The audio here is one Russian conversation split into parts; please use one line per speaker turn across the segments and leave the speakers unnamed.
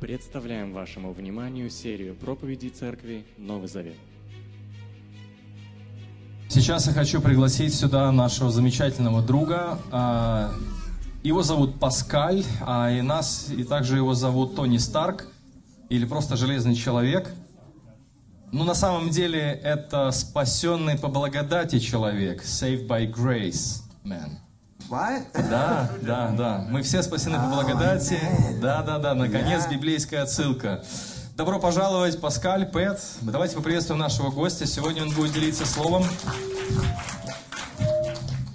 Представляем вашему вниманию серию проповедей церкви «Новый Завет».
Сейчас я хочу пригласить сюда нашего замечательного друга. А, Его зовут Паскаль, а и нас, и также его зовут Тони Старк, или просто Железный Человек. Ну, на самом деле, это спасенный по благодати человек, saved by grace, man.
What?
Да, да, да. Мы все спасены по благодати. Да, да, да. Наконец, библейская отсылка. Добро пожаловать, Паскаль, Пэт. Давайте поприветствуем нашего гостя. Сегодня он будет делиться словом.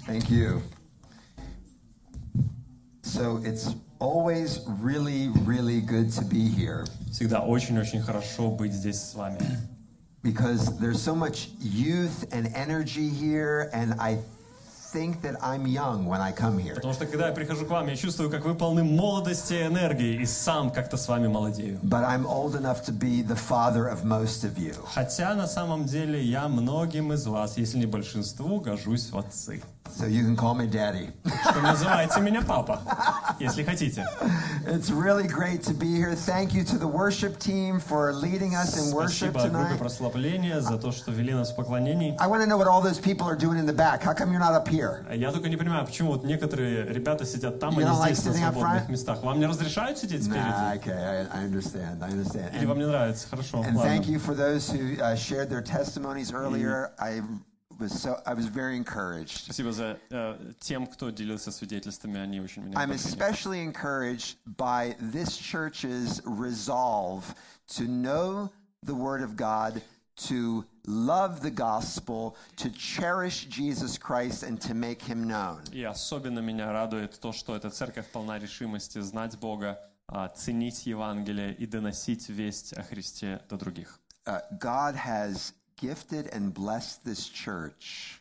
Thank you. So it's always really, really good to be here
Всегда очень-очень хорошо быть здесь с вами.
because there's so much youth and energy here, and I think that I'm young when I come here.
Потому что когда я прихожу к вам, я чувствую, как вы полны молодости и энергии, и сам как-то с вами молодею.
But I'm old enough to be the father of most of you.
Хотя на самом деле я многим из вас, если не большинству, гожусь в отцы.
So you can call me daddy.
Что называете меня папа, если хотите.
It's really great to be here. Thank you to the worship team for leading us in worship
Спасибо группе
tonight.
прославления за то, что вели нас в поклонении.
I want to know what all those people are doing in the back. How come you're not up here?
Я только не понимаю, почему вот некоторые ребята сидят там,
You
а
don't like
не здесь, на
sitting up
свободных
front?
местах. Вам не разрешают сидеть
Nah,
спереди?
okay, I, I understand. I understand.
Или вам не нравится? Хорошо,
And thank
ладно.
you for those who uh, shared their testimonies earlier. I was so I was very encouraged.
Спасибо за э, тем, кто делился свидетельствами, они очень меня
I'm
вдохновили.
especially encouraged by this church's resolve to know the Word of God, to love the gospel, to cherish Jesus Christ, and to make Him known.
И особенно меня радует то, что эта церковь полна решимости знать Бога, а, ценить Евангелие и доносить весть о Христе до других.
Uh, God has gifted and blessed this church.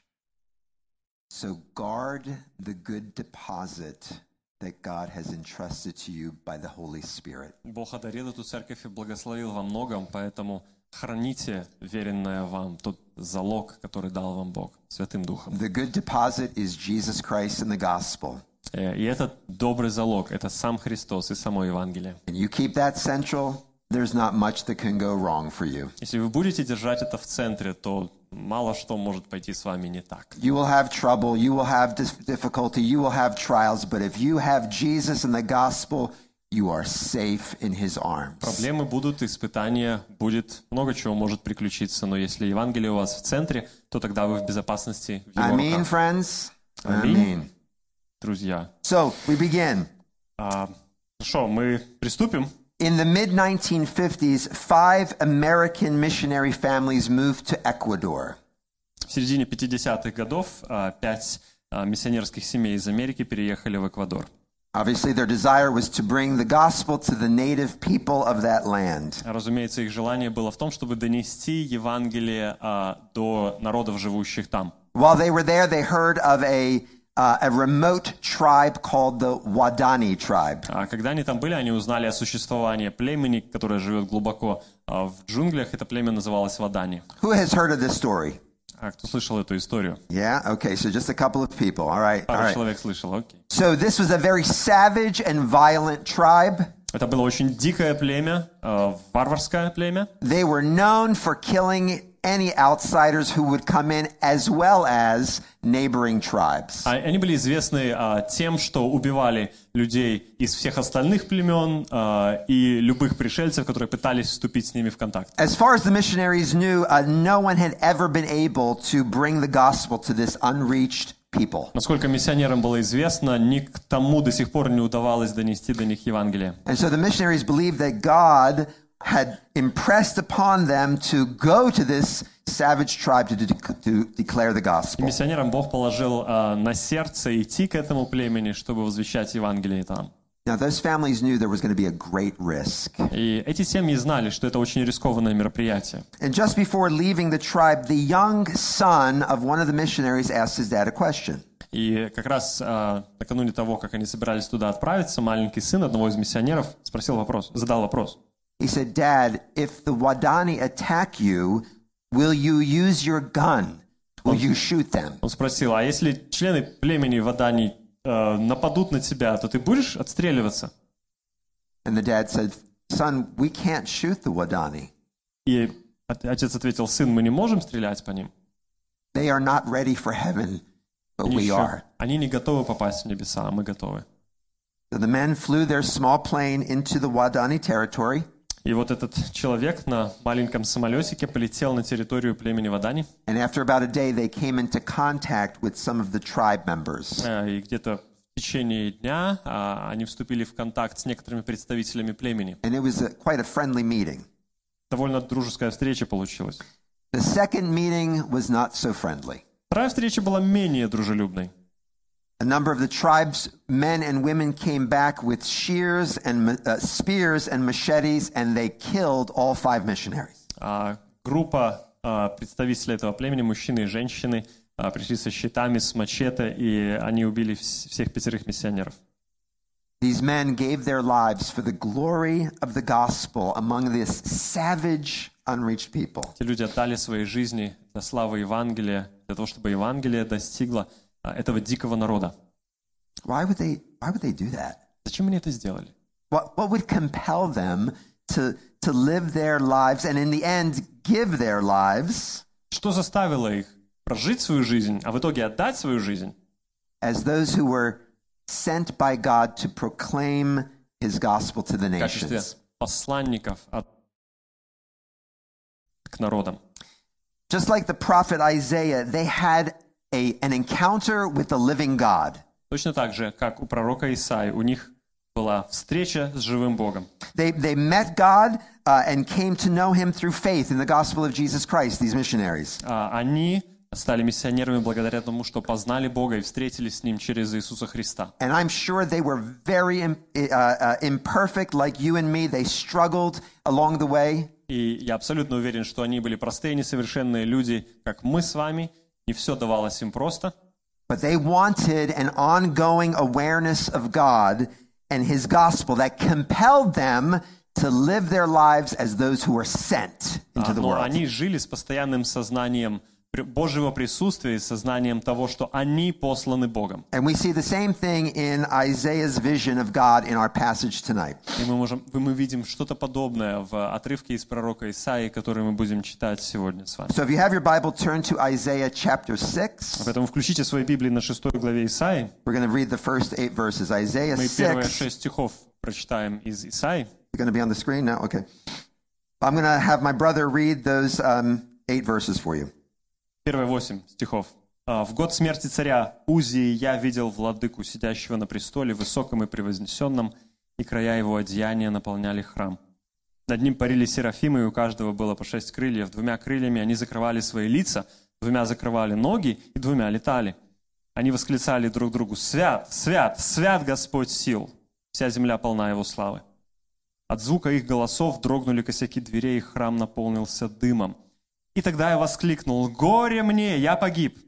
So guard the good deposit that God has entrusted to you by the Holy Spirit.
Бог одарил эту церковь и благословил во многом, поэтому храните веренное вам тот залог, который дал вам Бог Святым Духом.
The good deposit is Jesus Christ and the gospel.
Э, И этот добрый залог — это сам Христос и само Евангелие.
And you keep that central, there's not much that can go wrong for you.
Если вы будете держать это в центре, то мало что может пойти с вами не так.
You will have trouble, you will have dis- difficulty, you will have trials, but if you have Jesus and the gospel, you are safe in his arms.
Проблемы будут, испытания будет, много чего может приключиться, но если Евангелие у вас в центре, то тогда вы в безопасности в его
Amen,
руках,
friends.
Amen.
Amen.
друзья.
So we begin.
А, хорошо, мы приступим.
In the mid 1950s, five American missionary families moved to Ecuador.
В середине 50-х годов а, пять а, миссионерских семей из Америки переехали в Эквадор.
Obviously, their desire was to bring the gospel to the native people of that land.
А, Разумеется, их желание было в том, чтобы донести Евангелие а, до народов, живущих там.
While they were there, they heard of a, uh, a remote tribe called the Wadani tribe.
А когда они там были, они узнали о существовании племени, которое живет глубоко а, в джунглях. Это племя называлось Вадани.
Who has heard of this story?
А кто слышал эту историю?
Yeah? Okay, so just a couple of people. All right. All
Пару
right.
человек слышал, окей.
So this was a very savage and violent tribe.
Это было очень дикое племя, э, варварское племя.
They were known for killing any outsiders who would come in, as well as neighboring tribes.
А- Они были известны э, тем, что убивали людей из всех остальных племен э, и любых пришельцев, которые пытались вступить с ними в контакт.
As far as the missionaries knew, uh, no one had ever been able to bring the gospel to this unreached people.
Насколько миссионерам было известно, никому до сих пор не удавалось донести до них Евангелие.
And so the missionaries believed that God had impressed upon them to go to this savage tribe to, de- to declare the gospel.
Миссионерам Бог положил э, на сердце идти к этому племени, чтобы возвещать Евангелие там.
Now, those families knew there was going to be a great risk.
И эти семьи знали, что это очень рискованное мероприятие.
And just before leaving the tribe, the young son of one of the missionaries asked his dad a question.
И как раз а, накануне того, как они собирались туда отправиться, маленький сын одного из миссионеров спросил вопрос, задал вопрос.
He said, Dad, if the Wadani attack you, will you use your gun? Will you shoot them?
Он спросил, а если члены племени а, Вадани э, нападут на тебя, то ты будешь отстреливаться?
And the dad said, Son, we can't shoot the Wadani.
И от- отец ответил, сын, мы не можем стрелять по ним.
They are not ready for heaven, but
Они
we
еще-
are.
Они не готовы попасть в небеса, а мы готовы.
So the men flew their small plane into the Wadani territory.
И вот этот человек на маленьком самолетике полетел на территорию племени Вадани,
And after about a day, they came into contact with some of the tribe members.
э, и где-то в течение дня а, они вступили в контакт с некоторыми представителями племени.
And it was a, quite a friendly meeting.
Довольно дружеская встреча получилась.
The second meeting was not so friendly.
Вторая встреча была менее дружелюбной.
A number of the tribe's men and women came back with shears and ma- uh, spears and machetes, and they killed all five missionaries.
А, группа а, представителей этого племени, мужчины и женщины, а, пришли со щитами, с мачете, и они убили вс- всех пятерых миссионеров.
These men gave their lives for the glory of the gospel among this savage, unreached people.
Эти люди отдали свои жизни для славы Евангелия, для того, чтобы Евангелие достигло а, этого дикого народа.
Why would they, why would they do that?
Зачем они это сделали?
What, what would compel them to, to live their lives and in the end give their lives
Что заставило их прожить свою жизнь, а в итоге отдать свою жизнь,
as those who were sent by God to proclaim his gospel to the
в качестве
nations?
посланников от- к народам?
Just like the prophet Isaiah, they had a, an encounter with the living God.
Точно так же, как у пророка Исаи, у них была встреча с живым Богом.
They, they met God uh, and came to know him through faith in the gospel of Jesus Christ, these missionaries.
А, они стали миссионерами благодаря тому, что познали Бога и встретились с Ним через Иисуса Христа.
And I'm sure they were very im- uh, uh, imperfect, like you and me. They struggled along the way.
И я абсолютно уверен, что они были простые, несовершенные люди, как мы с вами. Не все давалось им просто,
But they wanted an ongoing awareness of God and His gospel that compelled them to live their lives as those who were sent into
а,
the
но
world.
они жили с постоянным сознанием при- Божьего присутствия и сознанием того, что они посланы Богом.
And we see the same thing in Isaiah's vision of God in our passage tonight.
И мы, можем, и мы видим что-то подобное в отрывке из пророка Исаии, который мы будем читать сегодня с вами.
So if you have your Bible, turn to Isaiah chapter 6.
Поэтому включите свои Библии на шестой главе Исаии.
We're going to read the first eight verses. Isaiah
Мы первые
6.
шесть стихов прочитаем из Исаии.
It's going to be on the screen now? Okay. I'm going to have my brother read those um, eight verses for you.
Первые восемь стихов. А, «В год смерти царя Узии я видел владыку, сидящего на престоле, высоком и превознесенном, и края его одеяния наполняли храм. Над ним парили серафимы, и у каждого было по шесть крыльев. Двумя крыльями они закрывали свои лица, двумя закрывали ноги и двумя летали. Они восклицали друг другу «Свят! Свят! Свят Господь сил!» Вся земля полна его славы. От звука их голосов дрогнули косяки дверей, и храм наполнился дымом. И тогда я воскликнул, «Горе мне, я погиб!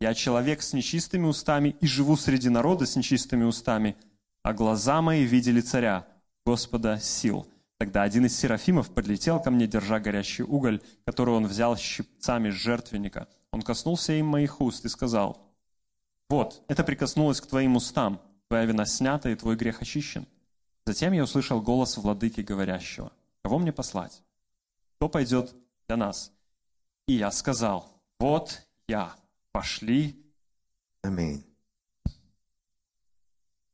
Я человек с нечистыми устами и живу среди народа с нечистыми устами, а глаза мои видели царя, Господа сил». Тогда один из серафимов подлетел ко мне, держа горящий уголь, который он взял щипцами с жертвенника. Он коснулся им моих уст и сказал, «Вот, это прикоснулось к твоим устам, твоя вина снята и твой грех очищен». Затем я услышал голос владыки говорящего, «Кого мне послать? Кто пойдет для нас?» И я сказал, «Вот я, пошли».
I mean,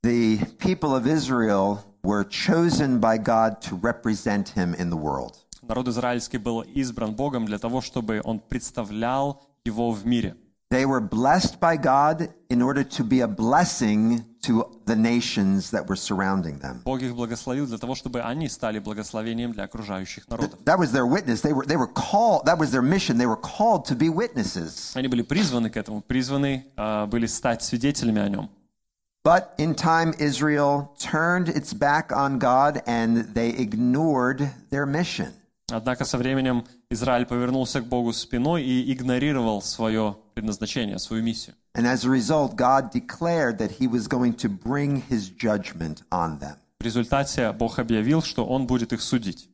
the people of Israel were chosen by God to represent him in the world.
Народ израильский был избран Богом для того, чтобы он представлял его в мире.
They were blessed by God in order to be a blessing to the nations that were surrounding them.
Бог их благословил для того, чтобы они стали благословением для окружающих народов.
That was their witness. They were, they were called, that was their mission. They were called to be witnesses.
Они были призваны к этому, призваны а, были стать свидетелями о нем.
But in time, Israel turned its back on God and they ignored their mission.
Однако со временем Израиль повернулся к Богу спиной и игнорировал свое предназначение, свою миссию.
And as a result, God declared that he was going to bring his judgment on them.
В результате Бог объявил, что Он будет их судить.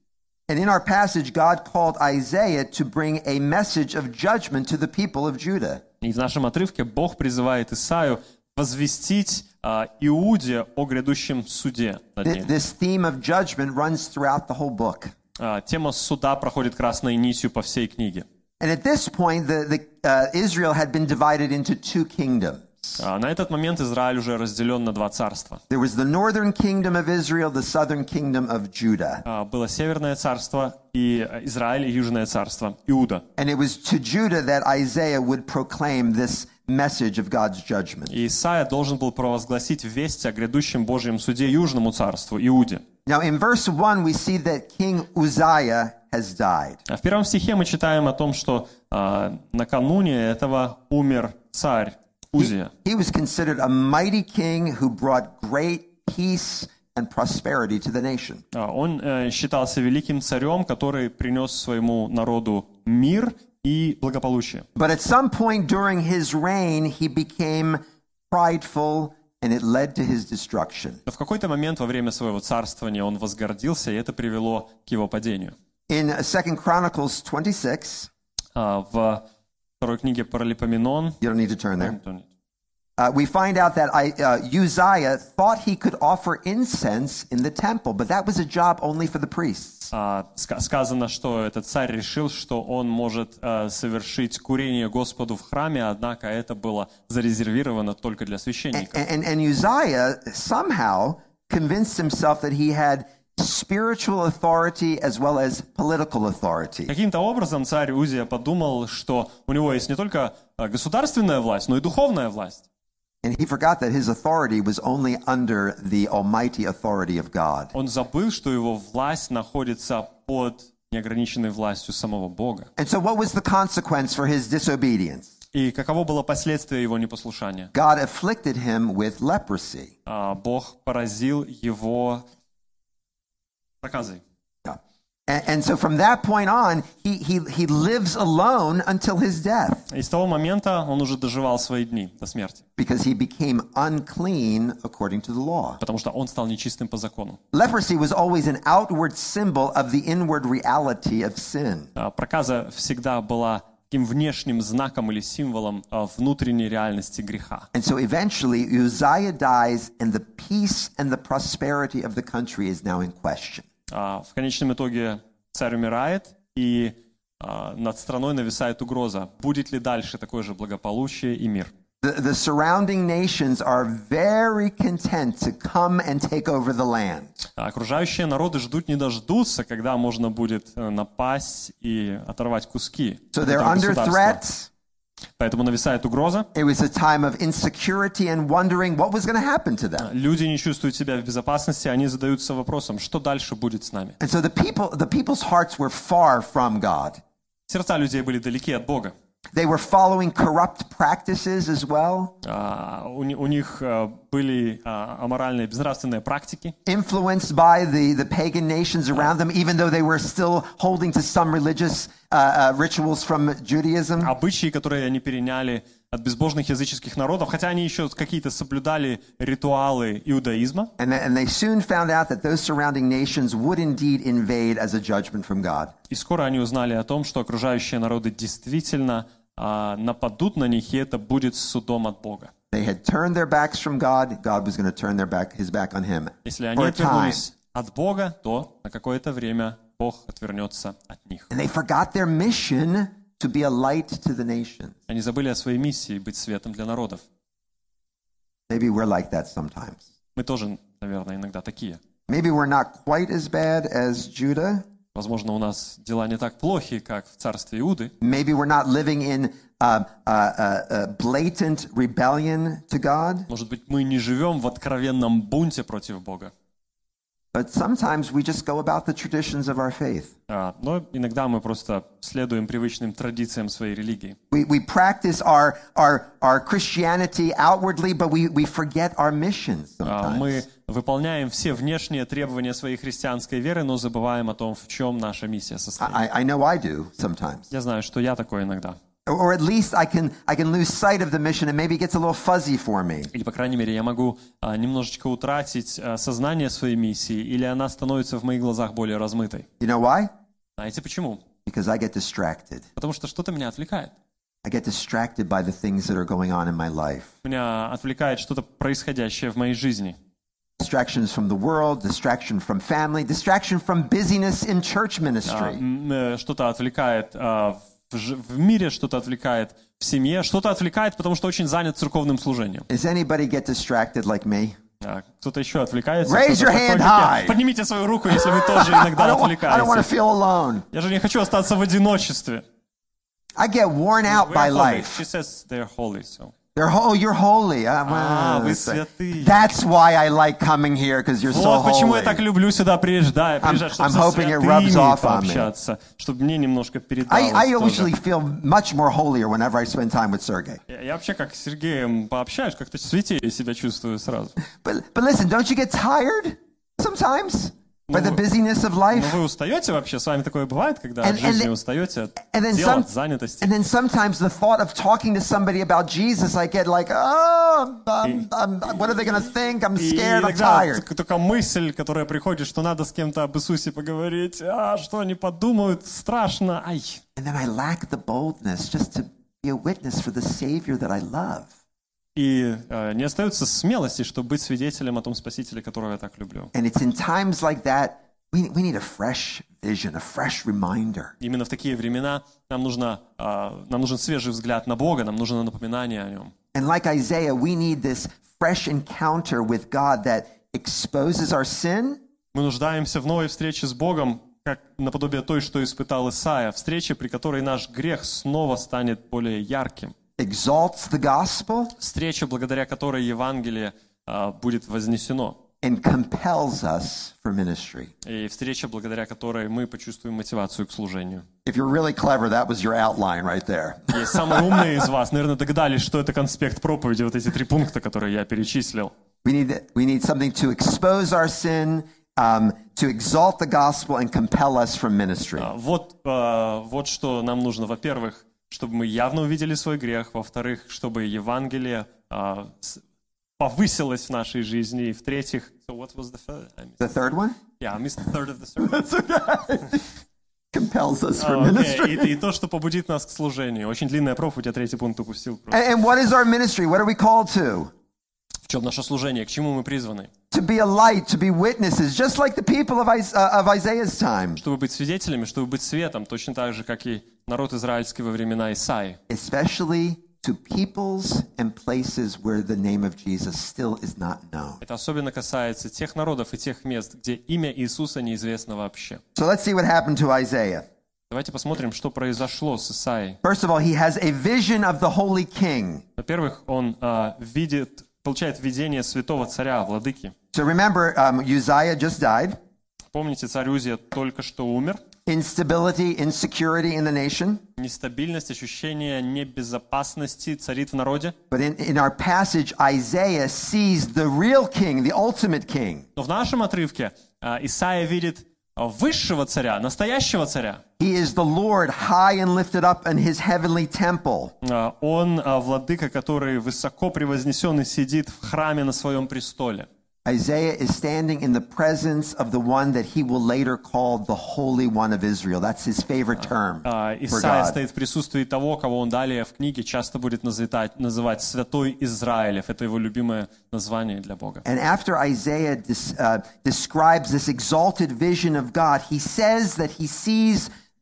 And in our passage, God called Isaiah to bring a message of judgment to the people of Judah.
И в нашем отрывке Бог призывает Исаию возвестить а, Иуде о грядущем суде над
Th-
ним.
This theme of judgment runs throughout the whole book.
А, тема суда проходит красной нитью по всей книге.
And at this point, the, the, uh, Israel had been divided into two kingdoms.
А, на этот момент Израиль уже разделен на два царства.
There was the northern kingdom of Israel, the southern kingdom of Judah.
А, было Северное царство и а, Израиль, и Южное царство, Иуда.
And it was to Judah that Isaiah would proclaim this message of God's judgment.
И Исаия должен был провозгласить весть о грядущем Божьем суде Южному царству, Иуде.
Now, in verse 1, we see that King Uzziah has died.
А в первом стихе мы читаем о том, что а, накануне этого умер царь Узия.
He was considered a mighty king who brought great peace and prosperity to the nation.
А, Он э, считался великим царем, который принес своему народу мир и благополучие.
But at some point during his reign, he became prideful and it led to his destruction.
Но в какой-то момент во время своего царствования он возгордился, и это привело к его падению.
In Second Chronicles 26,
А, В второй книге Паралипоменон
you don't need to turn there. Uh, we find out that I, uh, Uzziah thought he could offer incense in the temple, but that was a job only for the priests.
а, ска- сказано, что этот царь решил, что он может э, совершить курение Господу в храме, однако это было зарезервировано только для священников.
And, and, and Uzziah somehow convinced himself that he had spiritual authority as well as political authority.
Каким-то образом царь Узия подумал, что у него есть не только э, государственная власть, но и духовная власть.
And he forgot that his authority was only under the almighty authority of God.
Он забыл, что его власть находится под неограниченной властью самого Бога.
And so, what was the consequence for his disobedience?
И каково было последствие его непослушания?
God afflicted him with leprosy.
А, Бог поразил его проказой.
Yeah. And, and so from that point on, he, he, he lives alone until his death
И с того момента он уже доживал свои дни до смерти,
because he became unclean according to the law.
потому что он стал нечистым по закону.
Leprosy was always an outward symbol of the inward reality of sin.
А, Проказа всегда была таким внешним знаком или символом а, внутренней реальности греха.
And so eventually, Uzziah dies, and the peace and the prosperity of the country is now in question.
А, В конечном итоге царь умирает, и а, над страной нависает угроза. Будет ли дальше такое же благополучие и мир?
The, the surrounding nations are very content to come and take over the land.
А Окружающие народы ждут не дождутся, когда можно будет э, напасть и оторвать куски.
So
от
they're
этого
under
государства.
threat.
Поэтому нависает угроза.
It was a time of insecurity and wondering what was going to happen to them.
Люди не чувствуют себя в безопасности, они задаются вопросом, что дальше будет с нами.
And so the people, the people's hearts were far from God.
Сердца людей были далеки от Бога.
They were following corrupt practices as well,
А, У ни- у них э, были а, аморальные, безнравственные практики.
influenced by the, the pagan nations around them, even though they were still holding to some religious uh, uh, rituals from Judaism.
обычаи, которые они переняли от безбожных языческих народов, хотя они еще какие-то соблюдали ритуалы иудаизма.
And they, and they soon found out that those surrounding nations would indeed invade as a judgment from God.
И скоро они узнали о том, что окружающие народы действительно а, нападут на них, и это будет судом от Бога.
They had turned their backs from God. God was going to turn their back, his back on him
Если они
for a time.
отвернулись от Бога, то на какое-то время Бог отвернется от них.
And they forgot their mission to be a light to the nations.
Они забыли о своей миссии быть светом для народов.
Maybe we're like that sometimes.
Мы тоже, наверное, иногда такие.
Maybe we're not quite as bad as Judah.
Возможно, у нас дела не так плохи, как в царстве Иуды,
Maybe we're not living in uh, uh, uh, uh, blatant rebellion to God.
Может быть, мы не живем в откровенном бунте против Бога.
But sometimes we just go about the traditions of our faith.
А, Но иногда мы просто следуем привычным традициям своей религии.
We, we practice our, our, our Christianity outwardly, but we, we forget our mission
А,
sometimes.
Мы выполняем все внешние требования своей христианской веры, но забываем о том, в чем наша миссия состоит.
I, I know I do sometimes.
Я знаю, что я такой иногда.
Or- Or at least I can, I can lose sight of the mission and maybe it gets a little fuzzy for me.
Или, по крайней мере, я могу а, немножечко утратить а, сознание своей миссии, или она становится в моих глазах более размытой.
You know why?
Знаете почему?
Because I get distracted.
Потому что что-то меня отвлекает.
I get distracted by the things that are going on in my life.
Меня отвлекает что-то происходящее в моей жизни.
Distractions from the world, distraction from family, distraction from busyness in church
А,
ministry.
м, э, Что-то отвлекает а, в ж- в мире, что-то отвлекает в семье, что-то отвлекает, потому что очень занят церковным служением.
Does anybody get distracted like me?
А, Кто-то еще отвлекается.
Raise
кто-то
your hand
поклонники.
high.
Поднимите свою руку, если вы тоже
I
иногда
don't, want, I don't want to
отвлекаетесь.
feel alone.
Я же не хочу остаться в одиночестве.
I get worn out
We
by
are holy.
life.
She says they are holy, so.
They're ho- oh, you're holy. I'm,
А,
uh,
вы
it's like-
святые.
that's why I like coming here because you're so
Вот почему я
holy.
так люблю сюда приезжать, приезжать
I'm
чтобы со
hoping it rubs
святыми
off on me.
пообщаться, чтобы мне немножко передалось
I, I
тоже.
usually feel much more holier whenever I spend time with Sergey.
Я, я вообще как с Сергеем пообщаюсь, как-то святее себя чувствую сразу.
But, but listen, don't you get tired sometimes by
Ну,
the busyness of
Но
life?
Ну, вы устаете вообще? С вами такое бывает, когда
And-
от
and
жизни
then-
устаете, от
and then
дела,
some-
от занятости?
And then sometimes the thought of talking to somebody about Jesus, I get like, oh, I'm, I'm, I'm- what are they going to think? I'm
И
scared, I'm
иногда
tired.
т- только мысль, которая приходит, что надо с кем-то об Иисусе поговорить, а что они подумают, страшно, ай.
And then I lack the boldness just to be a witness for the Savior that I love.
И э, не остается смелости, чтобы быть свидетелем о том Спасителе, которого я так люблю.
And it's in times like that we, we need a fresh vision, a fresh reminder.
Именно в такие времена нам, нужно, э, нам нужен свежий взгляд на Бога, нам нужно напоминание о Нем.
And like Isaiah, we need this fresh encounter with God that exposes our sin
Мы нуждаемся в новой встрече с Богом, как наподобие той, что испытал Исаия, встрече, при которой наш грех снова станет более ярким.
exalts the gospel
Встреча, благодаря которой Евангелие а, будет вознесено.
and compels us for ministry.
И встреча, благодаря которой мы почувствуем мотивацию к служению.
If you're really clever, that was your outline right there.
И самые умные из вас, наверное, догадались, что это конспект проповеди, вот эти три пункта, которые я перечислил.
We need, we need something to expose our sin, um, to exalt the gospel, and compel us from ministry.
А, Вот, а, вот что нам нужно. Во-первых, чтобы мы явно увидели свой грех. Во-вторых, чтобы Евангелие а, с- повысилось в нашей жизни. И в-третьих... So what was the third? I missed-
The third one
Yeah, I missed the third of the sermon.
compels us for
А, окей.
ministry.
И, и то, что побудит нас к служению. Очень длинная проповедь, я третий пункт упустил. просто.
And, and what is our ministry? What are we called to?
В чем наше служение? К чему мы призваны?
To be a light, to be witnesses, just like the people of, Is- uh, of Isaiah's time,
Чтобы быть свидетелями, чтобы быть светом, точно так же, как и народ израильский во времена Исаи.
especially to peoples and places where the name of Jesus still is not known.
Это особенно касается тех народов и тех мест, где имя Иисуса неизвестно вообще.
So let's see what happened to Isaiah.
Давайте посмотрим, что произошло с Исаией.
First of all, he has a vision of the Holy King.
Во-первых, он а, видит, получает видение святого царя, владыки.
So remember, um, Uzziah just died.
Помните, царь Узия только что умер.
Instability, insecurity in the nation.
Нестабильность, ощущение небезопасности царит в народе.
But in, in our passage, Isaiah sees the real king, the ultimate king.
Но в нашем отрывке а, Исаия видит а, высшего царя, настоящего царя.
He is the Lord high and lifted up in his heavenly temple.
А, он а, владыка, который высоко превознесен и sидит в храме на своем престоле.
Isaiah is standing in the presence of the one that he will later call the Holy One of Israel. That's his favorite term
А,
for
Исаия
God.
стоит в присутствии того, кого он далее в книге часто будет называть, называть «Святой Израилев». Это его любимое название для Бога.
And after Isaiah des- uh, describes this exalted vision of God, he says that he sees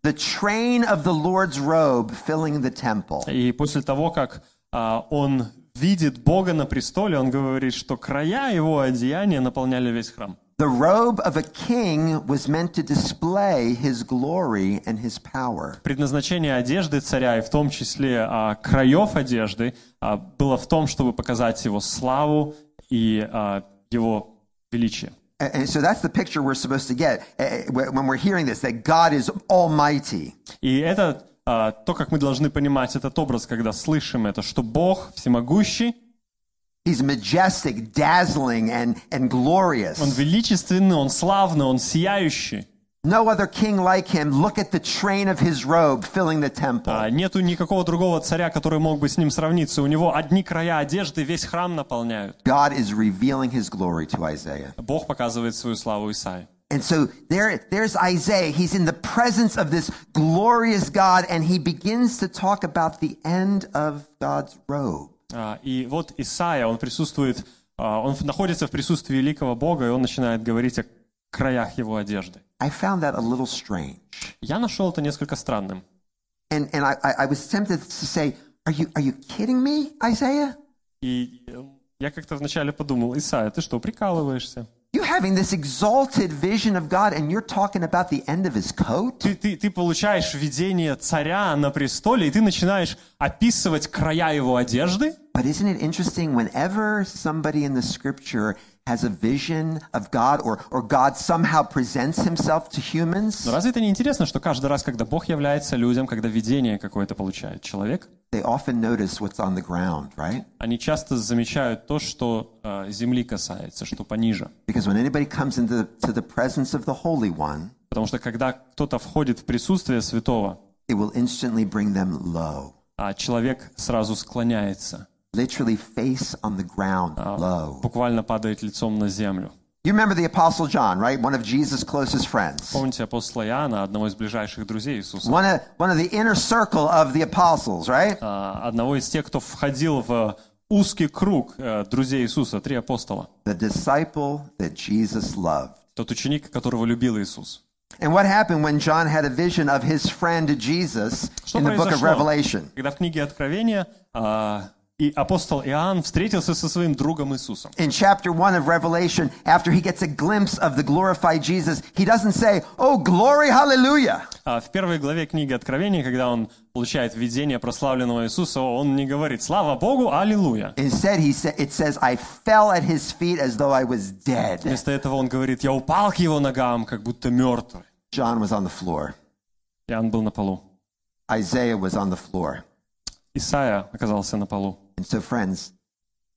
the train of the Lord's robe filling the temple.
И после того, как а, он видит Бога на престоле, он говорит, что края его одеяния наполняли весь храм.
The robe of a king was meant to display his glory and his power.
Предназначение одежды царя, и в том числе а, краев одежды, а, было в том, чтобы показать его славу и а, его величие.
And and so that's the picture we're supposed to get eh, eh, when we're hearing this that God is almighty.
И это а, то, как мы должны понимать этот образ, когда слышим это, что Бог всемогущий,
He's majestic, dazzling, and, and
Он
glorious.
величественный, Он славный, Он сияющий.
No other king like him. Look at the train of his robe filling the
А,
temple.
Нету никакого другого царя, который мог бы с ним сравниться. У него одни края одежды весь храм наполняют.
God is revealing his glory to Isaiah.
Бог показывает свою славу Исаии.
And so there, there's Isaiah. He's in the presence of this glorious God, and he begins to talk about the end of God's robe.
А, И вот Исаия, он присутствует, а, он находится в присутствии великого Бога, и он начинает говорить о краях его одежды.
I found that a little strange.
Я нашел это несколько странным.
And, and I, I I was tempted to say, are you, are you kidding me, Isaiah?
И э, я как-то вначале подумал, Исаия, ты что, прикалываешься?
You having this exalted vision of God, and you're talking about the end of his coat?
Ты, ты, ты получаешь видение царя на престоле, и ты начинаешь описывать края его одежды.
But isn't it interesting whenever somebody in the scripture has a vision of God or, or God somehow presents himself to humans,
Но разве это не интересно, что каждый раз, когда Бог является людям, когда видение какое-то получает человек,
they often notice what's on the ground, right?
они часто замечают то, что э, земли касается, что пониже.
Because when anybody comes into the, to the presence of the Holy One,
Потому что когда кто-то входит в присутствие святого,
it will instantly bring them low.
а человек сразу склоняется,
Literally, face on the ground, low.
буквально падает лицом на землю.
You remember the Apostle John, right? One of Jesus' closest friends.
Помните апостола Иоанна, одного из ближайших друзей Иисуса,
One of, one of the inner circle of the apostles, right?
а, одного из тех, кто входил в узкий круг э, друзей Иисуса, три апостола,
The disciple that Jesus loved.
тот ученик, которого любил Иисус.
And what happened when John had a vision of his friend Jesus
Что
in the book of
произошло,
Revelation?
когда в книге Откровения а, и апостол Иоанн встретился со своим другом Иисусом?
In chapter 1 of Revelation, after he gets a glimpse of the glorified Jesus, he doesn't say, Oh, glory, hallelujah.
А, В первой главе книги Откровения, когда он получает видение прославленного Иисуса, он не говорит «Слава Богу! Аллилуйя!»
Instead, he sa- it says, I fell at his feet as though I was dead.
Вместо этого он говорит «Я упал к его ногам, как будто мертвый».
John was on the floor.
Иоанн был на полу.
Isaiah was on the floor.
Исаия оказался на полу.
And so, friends,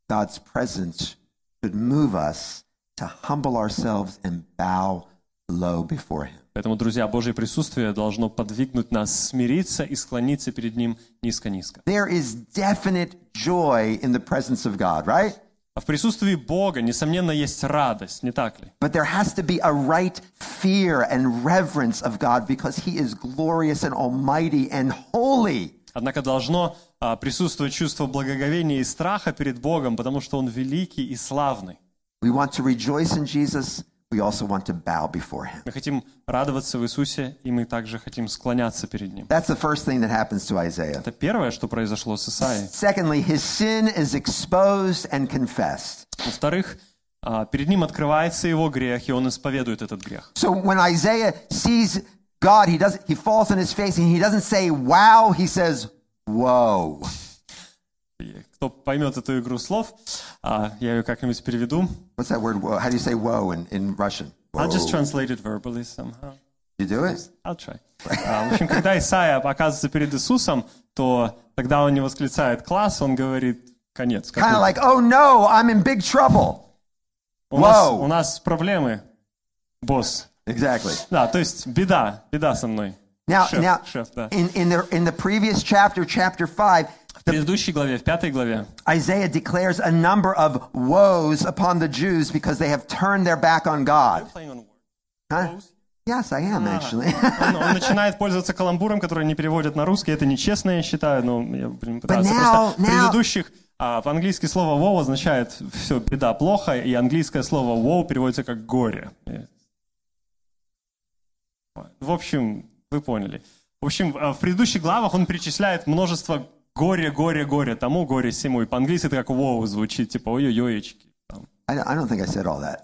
God's presence should move us to humble ourselves and bow low before him.
Поэтому, друзья, Божье присутствие должно подвигнуть нас смириться и склониться перед Ним низко-низко.
There is definite joy in the presence of God, right?
А в присутствии Бога, несомненно, есть радость, не так ли?
But there has to be a right fear and reverence of God because he is glorious and almighty and holy.
Однако должно а, присутствовать чувство благоговения и страха перед Богом, потому что Он великий и славный.
We want to rejoice in Jesus. We also want to bow before him.
Мы хотим радоваться в Иисусе, и мы также хотим склоняться перед Ним.
That's the first thing that happens to Isaiah.
Это первое, что произошло с Исаией.
Secondly, his sin is exposed and confessed.
Во-вторых, а, перед Ним открывается его грех, и он исповедует этот грех.
So when Isaiah sees God, he doesn't he falls on his face and he doesn't say wow, he says whoa.
И Кто поймет эту игру слов, а, я ее как-нибудь переведу.
What's that word? Whoa? How do you say whoa in, in Russian?
I'll just
Whoa.
translate it verbally somehow.
You do it?
I'll try. А, В общем, когда Исаия оказывается перед Иисусом, то тогда он не восклицает класс, он говорит конец.
Kind of
какой-то».
like, oh no, I'm in big trouble.
у, нас,
«Вау!»
у нас проблемы, босс.
Exactly.
Да, то есть беда, беда со мной.
Now,
Шеф,
now,
шеф, да.
in, in the in the previous chapter, chapter five,
В предыдущей главе, в пятой главе,
Isaiah declares a number of woes upon the Jews because they have turned their back on God. Huh? Yes, I am
Ah.
actually.
Он, он начинает пользоваться каламбуром, который не переводят на русский. Это нечестно, я считаю, но я блин, пытаюсь.
now-
Просто в
now-
предыдущих а, по-английски слово «воу» означает «все, беда, плохо», и английское слово «воу» переводится как «горе». В общем, вы поняли. В общем, а, в предыдущих главах он перечисляет множество горе, горе, горе тому, горе сему. И по-английски это как «воу» звучит, типа «ой-ой-ойечки». там.
I, don't- I don't think I said all that.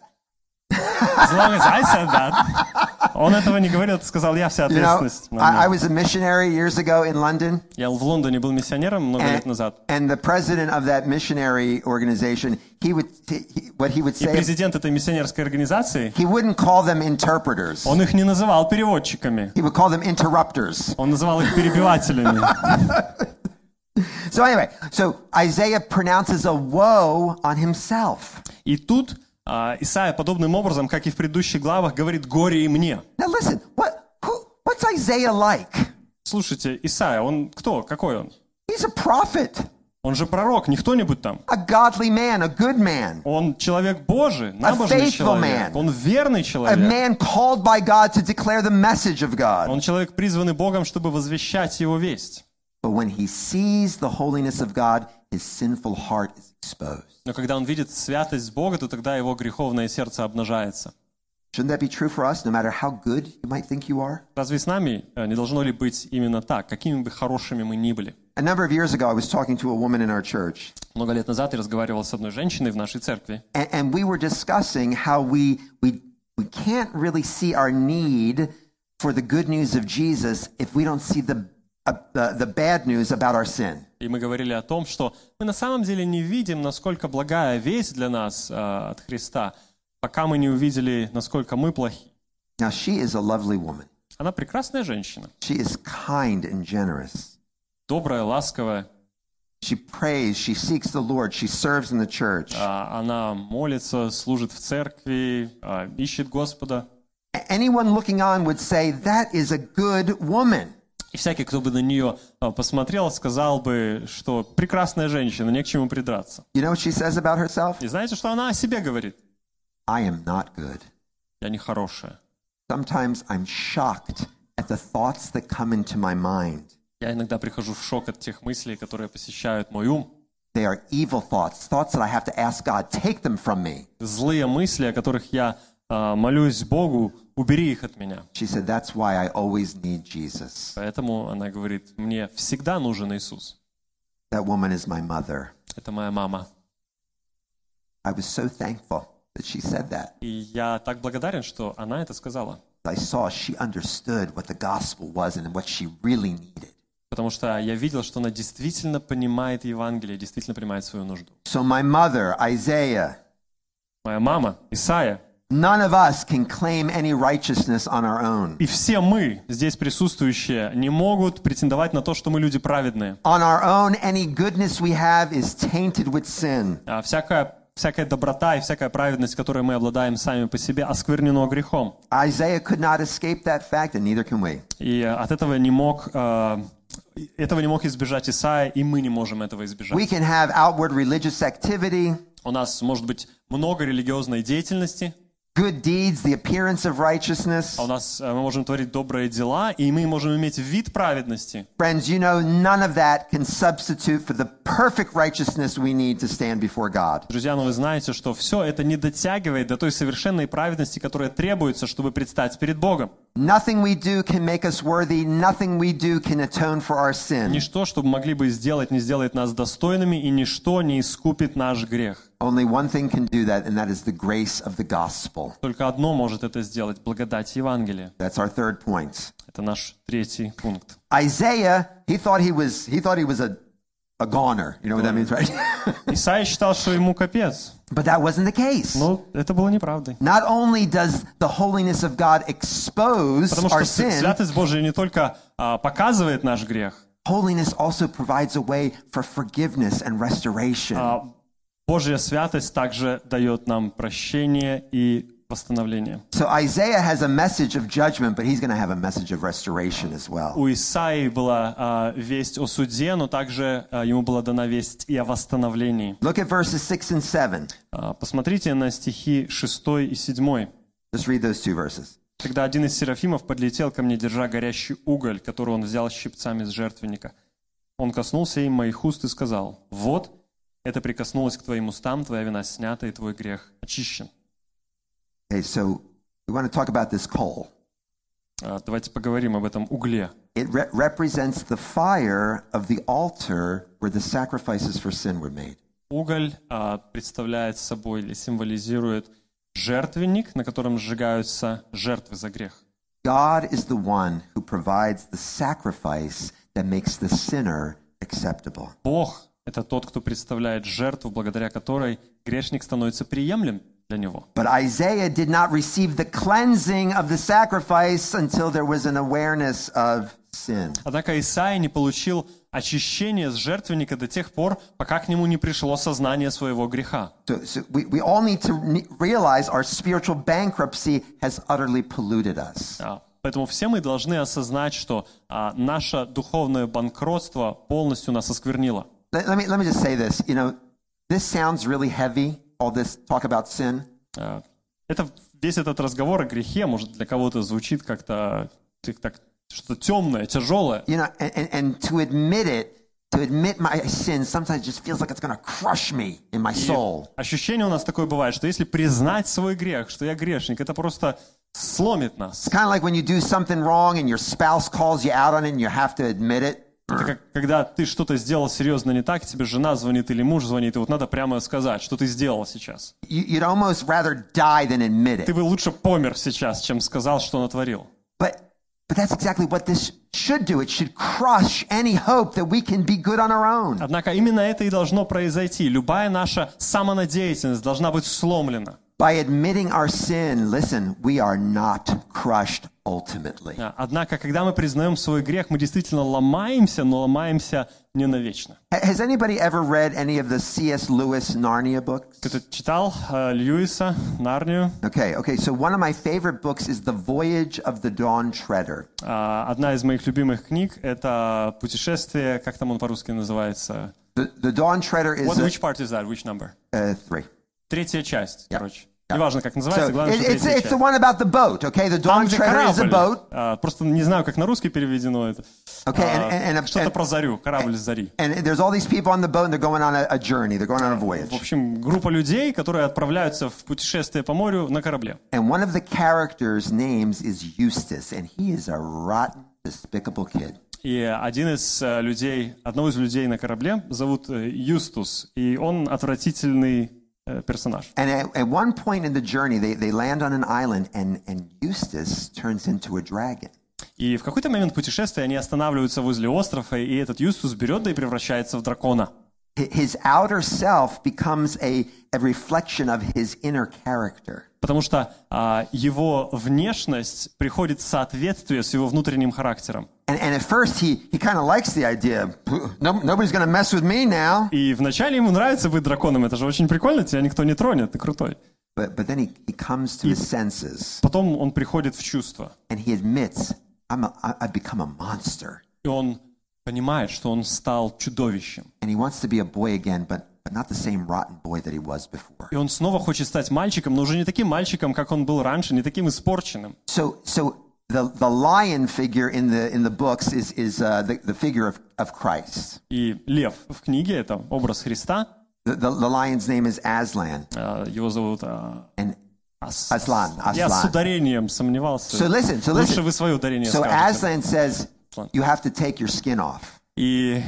As long as I said that. Он этого не говорил, сказал «я вся
You know,
ответственность». на мне».
I, I was a missionary years ago in London.
Я в Лондоне был миссионером много лет
And,
назад.
and the president of that missionary organization, he would, he, he- what he would
И
say,
президент этой миссионерской организации,
he wouldn't call them interpreters.
он их не называл переводчиками.
He would call them interrupters.
Он называл их перебивателями.
So anyway, so Isaiah pronounces a woe on himself.
И тут а, Исаия подобным образом, как и в предыдущих главах, говорит «горе и мне».
Now listen, what, who, what's Isaiah like?
Слушайте, Исаия, он кто? Какой он?
He's a prophet.
Он же пророк, не кто-нибудь там.
a godly man, a good man,
Он человек Божий, набожный
faithful
человек.
man.
Он верный
a
человек.
man called by God to declare the message of God.
Он человек, призванный Богом, чтобы возвещать его весть.
But when he sees the holiness of God, his sinful heart is exposed.
Но когда он видит святость Бога, то тогда его греховное сердце обнажается.
Shouldn't that be true for us, no matter how good you might think you are?
Разве с нами э, не должно ли быть именно так, какими бы хорошими мы ни были?
A number of years ago, I was talking to a woman in our church,
Много лет назад я разговаривал с одной женщиной в нашей церкви,
and, and we were discussing how we, we, we can't really see our need for the good news of Jesus if we don't see the, uh, the, the bad news about our sin.
и мы говорили о том, что мы на самом деле не видим, насколько благая весть для нас э, от Христа, пока мы не увидели, насколько мы плохи.
Now, she is a lovely woman.
Она прекрасная женщина,
She is kind and generous.
добрая, ласковая,
She prays, she seeks the Lord, she serves in the church.
а, она молится, служит в церкви, а, ищет Господа.
A- Anyone looking on would say, That is a good woman.
И всякий, кто бы на нее а, посмотрел, сказал бы, что прекрасная женщина, не к чему придраться.
You know what she says about herself?
И знаете, что она о себе говорит?
I am not good.
Я нехорошая.
Sometimes I'm shocked at the thoughts that come into my mind.
Я иногда прихожу в шок от тех мыслей, которые посещают мой ум.
They are evil thoughts, thoughts that I have to ask God, take them from me.
Злые мысли, о которых я а, молюсь Богу, убери их от меня.
She said, That's why I always need Jesus.
Поэтому она говорит, мне всегда нужен Иисус.
That woman is my mother.
Это моя мама.
I was so thankful that she said that.
И я так благодарен, что она это сказала.
I saw she understood what the gospel was and what she really needed.
Потому что я видел, что она действительно понимает Евангелие, действительно понимает свою нужду.
So, my mother, Isaiah,
Моя мама, Исаия,
none of us can claim any righteousness on our own.
и все мы, здесь присутствующие, не могут претендовать на то, что мы люди праведные.
On our own, any goodness we have is tainted with sin.
А всякая, всякая доброта и всякая праведность, которой мы обладаем сами по себе, осквернено грехом.
Isaiah could not escape that fact, and neither can we.
И э, от этого не мог, э, этого не мог избежать Исаия, и мы не можем этого избежать.
We can have outward religious activity,
У нас может быть много религиозной деятельности,
good deeds, the appearance of righteousness.
а у нас э, мы можем творить добрые дела, и мы можем иметь вид праведности.
Friends, you know, none of that can substitute for the perfect righteousness we need to stand before God.
Друзья, но вы знаете, что все это не дотягивает до той совершенной праведности, которая требуется, чтобы предстать перед Богом.
Nothing we do can make us worthy, nothing we do can atone for our sin.
Ничто, что мы могли бы сделать, не сделает нас достойными, и ничто не искупит наш грех.
Only one thing can do that, and that is the grace of the gospel.
Только одно может это сделать – благодать Евангелия.
That's our third point.
Это наш третий пункт.
Isaiah, he thought he was he thought he was a a goner. You know what that means, right?
Исаия считал, что ему капец,
but that wasn't the case.
но это было неправдой.
Not only does the holiness of God expose
Потому
our
что с-
sin,
святость Божия не только а, показывает наш грех,
holiness also provides a way for forgiveness and restoration.
а Божья святость также дает нам прощение и восстановление.
so Isaiah has a message of judgment, but he's going to have a message of restoration as well.
У Исаии была а, весть о суде, но также а, ему была дана весть и о восстановлении.
Look at verses 6 and 7.
А, Посмотрите на стихи 6 и 7.
Just read those two verses.
«Когда один из серафимов подлетел ко мне, держа горящий уголь, который он взял щипцами с жертвенника, он коснулся им моих уст и сказал, «Вот, это прикоснулось к твоим устам, твоя вина снята, и твой грех очищен».
Okay, so we want to talk about this coal.
А, Давайте поговорим об этом угле.
It re- represents the fire of the altar where the sacrifices for sin were made.
Уголь а, представляет собой или символизирует жертвенник, на котором сжигаются жертвы за грех.
God is the one who provides the sacrifice that makes the sinner acceptable.
Бог — это тот, кто представляет жертву, благодаря которой грешник становится приемлем для него.
But Isaiah did not receive the cleansing of the sacrifice until there was an awareness of sin.
Однако Исаия не получил очищение с жертвенника до тех пор, пока к нему не пришло сознание своего греха.
So, so we, we all need to ne- realize our spiritual bankruptcy has utterly polluted us.
А, Поэтому все мы должны осознать, что а, наше духовное банкротство полностью нас осквернило.
Let, let me, let me just say this. You know, this sounds really heavy, all this talk about sin,
Э, Это весь этот разговор о грехе, может, для кого-то звучит как-то как так что-то темное, тяжелое.
you know, and, and, and to admit it, to admit my sin sometimes just feels like it's going to crush me in my
И
soul.
ощущение у нас такое бывает, что если признать свой грех, что я грешник, это просто сломит нас.
It's kind of like when you do something wrong and your spouse calls you out on it and you have to admit it.
Это как когда ты что-то сделал серьезно не так, тебе жена звонит или муж звонит, и вот надо прямо сказать, что ты сделал сейчас.
You, you'd almost rather die than admit
Ты
it.
бы лучше помер сейчас, чем сказал, что натворил.
But, but that's exactly what this should do. It should crush any hope that we can be good on our own.
Однако именно это и должно произойти. Любая наша самонадеятельность должна быть сломлена.
By admitting our sin, listen, we are not crushed ultimately.
Да, Однако, когда мы признаем свой грех, мы действительно ломаемся, но ломаемся не навечно.
Ha- Has anybody ever read any of the C.S. Lewis Narnia books?
Кто-то читал э, Льюиса, Нарнию?
Okay, okay, so one of my favorite books is The Voyage of the Dawn Treader.
А, Одна из моих любимых книг — это «Путешествие», как там он по-русски называется?
The, the Dawn Treader is
What,
a-
which part is that? Which number?
uh, three.
Третья часть, короче.
Yeah.
Неважно, как называется,
So
главное,
it-
что
it's,
третья
it's
часть.
the one about the boat, okay? The
Там,
Dawn
где
Treader is a
корабль.
boat,
А, Просто не знаю, как на русский переведено это.
okay?
А,
And, and, and,
Что-то про
and,
зарю, корабль зари.
and there's all these people on the boat and they're going on a, a journey, they're going on a
В
voyage.
общем, группа людей, которые отправляются в путешествие по морю на корабле.
And one of the characters' names is Eustace, and he is a rotten, despicable kid.
И один из э, людей, одного из людей на корабле зовут э, Юстус, и он отвратительный э, персонаж.
And at, at one point in the journey, they, they land on an island, and, and Eustace turns into a dragon.
И в какой-то момент путешествия они останавливаются возле острова, и этот Юстус берет да и превращается в дракона.
Hi- His outer self becomes a, a reflection of his inner character.
Потому что а, его внешность приходит в соответствие с его внутренним характером.
And, and at first, he, he kind of likes the idea of, "No- nobody's going to mess with me now.
И вначале ему нравится быть драконом, это же очень прикольно, тебя никто не тронет, ты крутой.
But, but then he, he comes to his senses
Потом он приходит в чувство,
and he admits, I'm a, I, I've become a monster.
и он понимает, что он стал чудовищем.
And he wants to be a boy again, but, but not the same rotten boy that he was before.
И он снова хочет стать мальчиком, но уже не таким мальчиком, как он был раньше, не таким испорченным.
So, so the, the lion figure in the, in the books is, is uh, the, the figure of, of Christ.
И лев в книге, это образ Христа,
The, the, the lion's name is Aslan.
э, его зовут а,
And
Ас-
Аслан,
Я с
Аслан.
ударением сомневался.
so listen, so
Лучше
listen.
вы свое ударение
So
скажете.
Aslan says,
Aslan.
you have to take your skin off.
И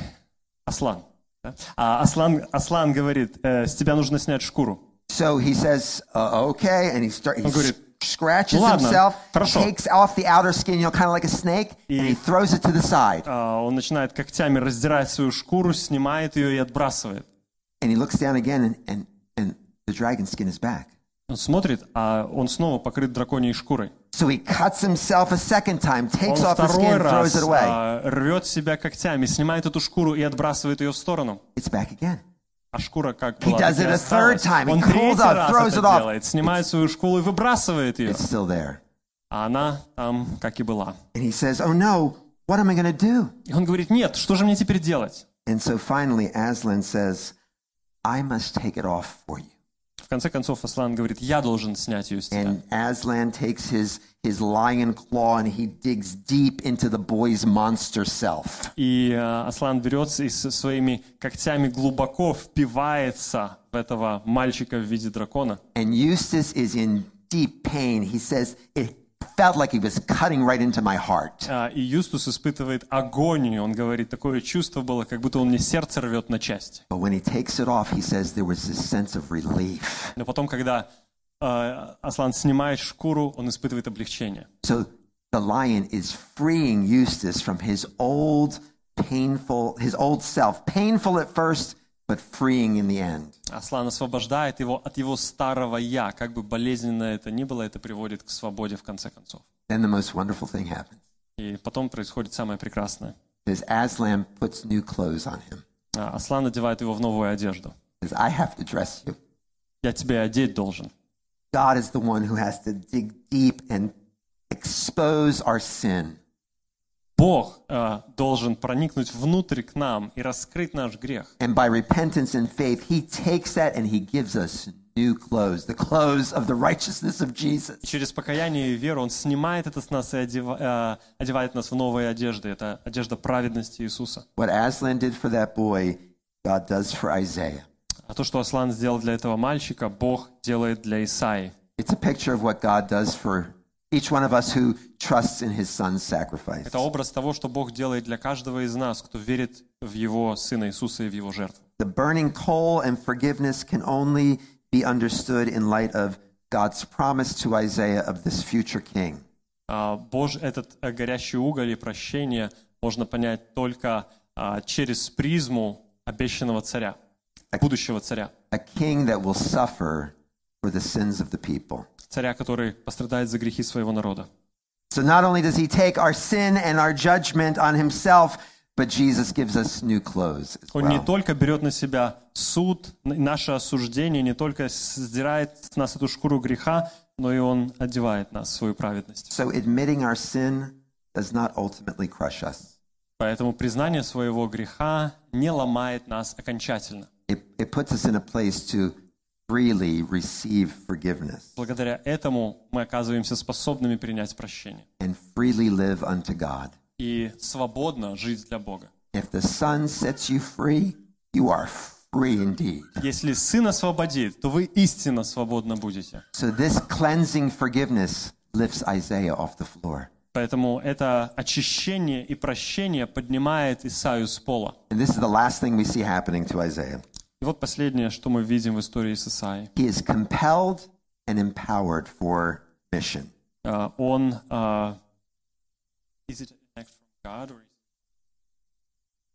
Аслан. да? А Аслан, Аслан говорит, «Э, с тебя нужно снять шкуру.
So he says, uh, okay, and he, start, he
Он говорит,
sc- scratches
«Ну ладно,
himself,
хорошо».
takes off the outer skin, you know, kind of like a snake, and he throws it to the side.
А он начинает когтями раздирать свою шкуру, снимает ее и отбрасывает.
And he looks down again, and, and, and the dragon skin is back.
Он смотрит, а он снова покрыт драконьей шкурой.
So he cuts himself a second time,
Он
takes off the
второй
skin, throws
раз
it away.
а, рвет себя когтями, снимает эту шкуру и отбрасывает ее в сторону.
It's back again.
А шкура как была,
does
так и
it a third
осталась.
time. He
Он третий
pulls out, throws
раз это
it off.
делает, снимает свою шкуру и выбрасывает ее.
It's still there.
А она там как и была.
And he says, Oh no, what am I going to do?
И он говорит, нет, что же мне теперь делать?
And so finally, Aslan says, I must take it off for you.
В конце концов, Аслан говорит, я должен снять ее с тебя.
And Aslan takes his, his lion claw and he digs deep into the boy's monster self.
И э, Аслан берется и со своими когтями глубоко впивается в этого мальчика в виде дракона.
And Eustace is in deep pain. He says, It felt like he was cutting right into my heart.
А, И Юстус испытывает агонию. Он говорит, такое чувство было, как будто он мне сердце рвет на части.
But when he takes it off, he says, There was this sense of relief.
Но потом, когда э, Аслан снимает шкуру, он испытывает облегчение.
So the lion is freeing Eustace from his old painful, his old self. Painful at first, but freeing in the end.
Аслан освобождает его от его старого «я». Как бы болезненно это ни было, это приводит к свободе в конце концов.
Then the most wonderful thing happens
И потом происходит самое прекрасное.
is Aslan puts new clothes on him.
А, Аслан одевает его в новую одежду.
Says, I have to dress you.
«Я тебе одеть должен».
God is the one who has to dig deep and expose our sin.
Бог э, должен проникнуть внутрь к нам и раскрыть наш грех.
And by repentance and faith, he takes that and he gives us new clothes, the clothes of the righteousness of Jesus.
И через покаяние и веру Он снимает это с нас и одева- э, одевает нас в новые одежды. Это одежда праведности Иисуса.
What Aslan did for that boy, God does for Isaiah.
А то, что Аслан сделал для этого мальчика, Бог делает для Исаи.
It's a picture of what God does for each one of us who trusts in his son's sacrifice.
Это образ того, что Бог делает для каждого из нас, кто верит в Его Сына Иисуса и в Его жертву.
The burning coal and forgiveness can only be understood in light of God's promise to Isaiah of this future king.
А, Бож, этот э, горящий уголь и прощение можно понять только а, через призму обещанного царя, будущего царя.
a king that will suffer for the sins of the people.
Царя, который пострадает за грехи своего народа.
So not only does he take our sin and our judgment on himself, but Jesus gives us new clothes as
Он не
well.
только берет на себя суд, н- наше осуждение, не только сдирает с нас эту шкуру греха, но и Он одевает нас в свою праведность.
So admitting our sin does not ultimately crush us.
Поэтому признание своего греха не ломает нас окончательно.
It, it puts us in a place to freely receive forgiveness
Благодаря этому мы оказываемся способными принять прощение
and freely live unto God.
и свободно жить для Бога.
If the Son sets you free, you are free indeed.
Если Сын освободит, то вы истинно свободно будете.
So this cleansing forgiveness lifts Isaiah off the floor.
Поэтому это очищение и прощение поднимает Исаю с пола.
And this is the last thing we see happening to Isaiah.
И вот последнее, что мы видим в истории с Исаией.
He is compelled and empowered for mission.
Э, Он... э, is it an act from God or is-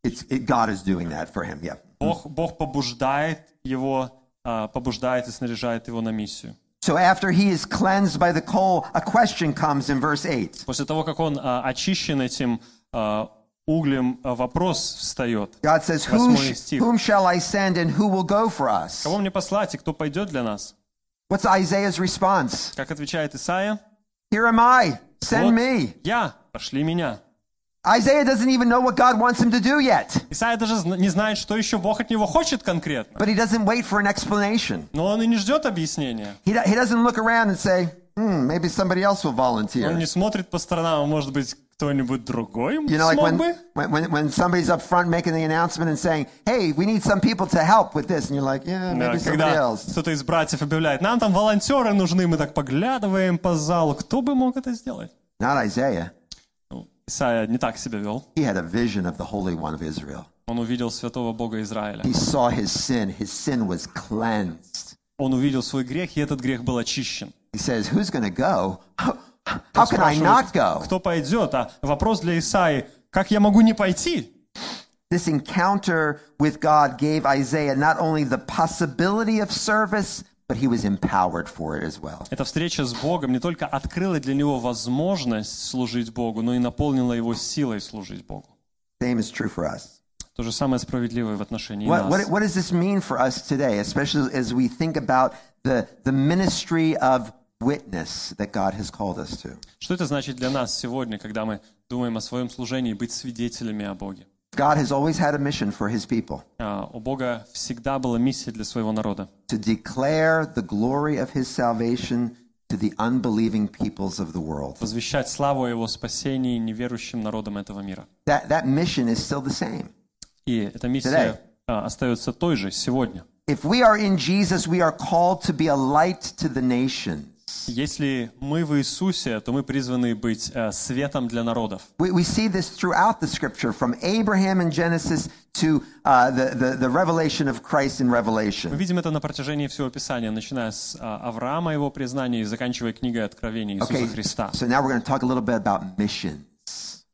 It's, it, God is doing that for him, yeah.
Бог, Бог побуждает его, э, побуждает и снаряжает его на миссию.
So after he is cleansed by the coal, a question comes in verse 8.
После того, как он э, очищен этим э, углем, э, вопрос встает.
God says, who
Восьмой
sh-
стих.
Whom shall I send and who will go for us?
Кого мне послать и кто пойдет для нас?
What's Isaiah's response?
Как отвечает Исаия?
Here am I, send
«Вот
me.
я, пошли меня.
Isaiah doesn't even know what God wants him to do yet,
Исаия даже зна- не знает, что еще Бог от него хочет конкретно.
but he doesn't wait for an explanation.
Но он и не ждет объяснения.
He, do- he doesn't look around and say, hmm, maybe somebody else will volunteer.
Он не смотрит по сторонам, а может быть, кто-нибудь другой
You know, like
смог
when,
бы?
when, when, when somebody's up front making the announcement and saying, hey, we need some people to help with this. And you're like, yeah,
Да,
maybe somebody
когда
else.
кто-то из братьев объявляет, нам там волонтеры нужны, мы так поглядываем по залу, кто бы мог это сделать?
Not Isaiah.
Ну, Исаия не так себя вел.
He had a vision of the Holy One of Israel.
Он увидел святого Бога Израиля.
He saw his sin. His sin was cleansed.
Он увидел свой грех, и этот грех был очищен.
He says, who's going to go? How can I
Спрашивает,
not go?
Кто пойдет? А вопрос для Исаи, как я могу не пойти?
This encounter with God gave Isaiah not only the possibility of service, but he was empowered for it as well.
Эта встреча с Богом не только открыла для него возможность служить Богу, но и наполнила его силой служить Богу.
Same is true for us.
То же самое справедливое в отношении
What,
нас.
what, what does this mean for us today, especially as we think about the, the ministry of witness that God has called us to?
Что это значит для нас сегодня, когда мы думаем о своем служении, быть свидетелями о Боге?
God has always had a mission for his people
А, У Бога всегда была миссия для своего народа.
to declare the glory of his salvation to the unbelieving peoples of the world.
Возвещать славу о Его спасении неверующим народам этого мира.
That, that mission is still the same.
И эта
Today.
миссия а, остается той же сегодня.
If we are in Jesus, we are called to be a light to the nations.
Если мы в Иисусе, то мы призваны быть э, светом для народов.
We, we see this throughout the scripture, from Abraham in Genesis to uh, the, the, the revelation of Christ in Revelation.
Мы видим это на протяжении всего Писания, начиная с а, Авраама, его признания, и заканчивая книгой Откровения Иисуса
Okay,
Христа.
so now we're going to talk a little bit about mission.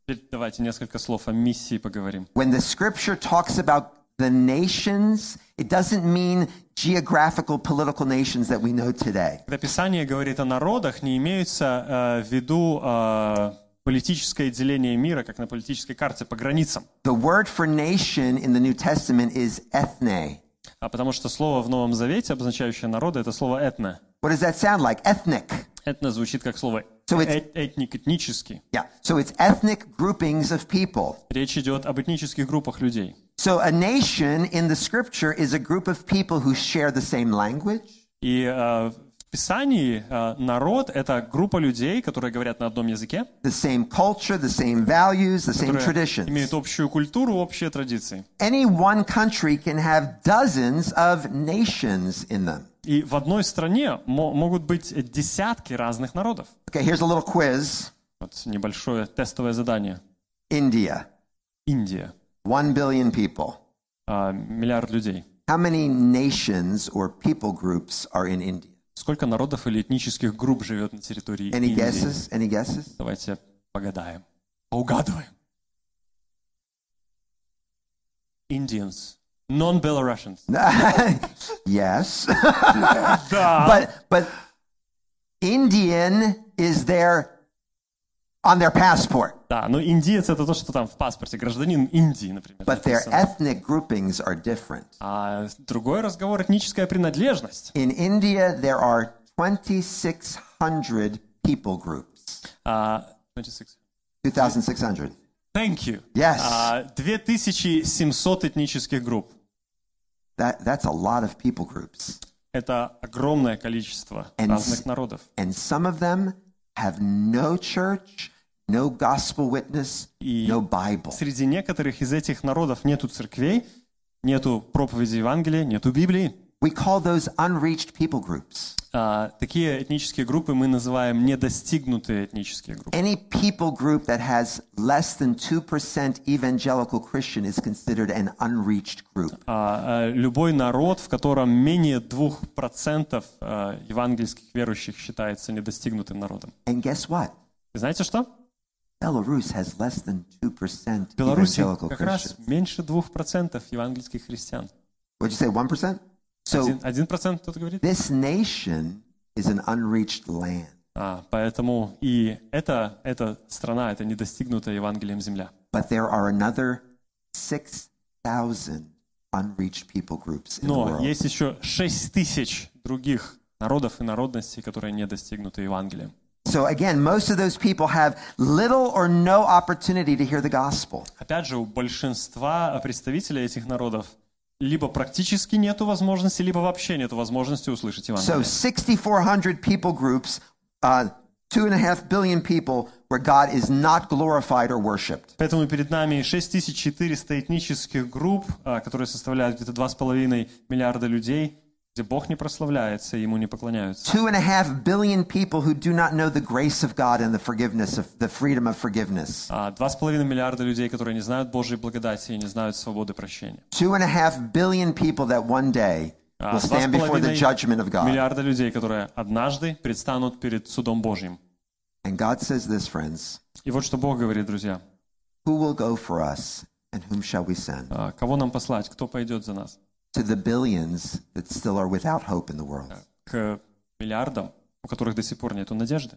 Теперь давайте несколько слов о миссии поговорим.
When the scripture talks about the nations, it doesn't mean geographical political nations that we know today.
Когда Писание говорит о народах, не имеется э, в виду э, политическое деление мира, как на политической карте, по границам.
The word for nation in the New Testament is ethne.
А потому что слово в Новом Завете, обозначающее народы, это слово «этно».
What does that sound like? Ethnic.
«Этно» звучит как слово
So it's,
Эт- этник, этнически.
yeah, so it's ethnic groupings of people.
Речь идет об этнических группах людей.
So a nation in the scripture is a group of people who share the same language,
И э, в Писании э, народ — это группа людей, которые говорят на одном языке,
the same culture, the same values, the same
которые
traditions.
имеют общую культуру, общие традиции.
Any one country can have dozens of nations in them.
И в одной стране мо- могут быть десятки разных народов.
Okay, here's a little quiz
Вот небольшое тестовое задание.
India,
Индия.
1 billion people.
А, миллиард людей.
How many nations or people groups are in India?
Сколько народов или этнических групп живет на территории
Any
Индии?
guesses? Any guesses?
Давайте погадаем. Поугадываем. Indians. Non-Belarusians.
yes. but but Indian is there on their passport,
Да, но индиец это то, что там в паспорте. Гражданин Индии, например.
but their
написано.
ethnic groupings are different.
А другой разговор — этническая принадлежность.
In India, there are 2,600 people groups.
А, 26.
2,600.
Thank you.
Yes.
А, 2700 этнических групп.
That, that's a lot of people groups.
Это огромное количество
And
разных
s-
народов.
And some of them have no church, no gospel witness,
И-
no Bible.
Среди некоторых из этих народов нету церквей, нету проповеди Евангелия, нету Библии.
We call those unreached people groups.
А, такие этнические группы мы называем недостигнутые этнические группы.
Any people group that has less than 2% evangelical Christian is considered an unreached group.
А, э, любой народ, в котором менее 2% э, евангельских верующих считается недостигнутым народом.
And guess what?
И знаете что?
Belarus has less than 2%
В Беларуси
evangelical
как раз
Christian.
меньше 2% евангельских христиан.
What'd you say, 1%? So
Один- 1% кто-то говорит.
this nation is an unreached land.
А, поэтому и это, эта страна, это недостигнутая Евангелием земля.
But there are another 6,000 unreached people groups in the
Но
world.
есть еще 6 тысяч других народов и народностей, которые не достигнуты Евангелием.
So again, most of those people have little or no opportunity to hear the gospel.
Опять же, у большинства представителей этих народов либо практически нету возможности, либо вообще нету возможности услышать
So
Евангелие.
6,400 people groups, uh, two and a half billion people where God is not glorified or worshiped.
Поэтому перед нами 6400 этнических групп, а, которые составляют где-то 2,5 миллиарда людей, где Бог не прославляется и Ему не поклоняются.
Two and a half billion people who do not know the grace of God and the forgiveness of the freedom of forgiveness.
А, 2,5 миллиарда людей, которые не знают Божьей благодати и не знают свободы прощения.
Two and a half billion people that one day
А,
will stand before the
2,5
judgment of God.
миллиарда людей, которые однажды предстанут перед судом Божьим.
And God says this, friends.
И вот что Бог говорит, друзья.
Who will go for us, and whom shall we send?
А, Кого нам послать? Кто пойдет за нас?
To the billions that still are without hope in the world.
к миллиардам, у которых до сих пор нету надежды.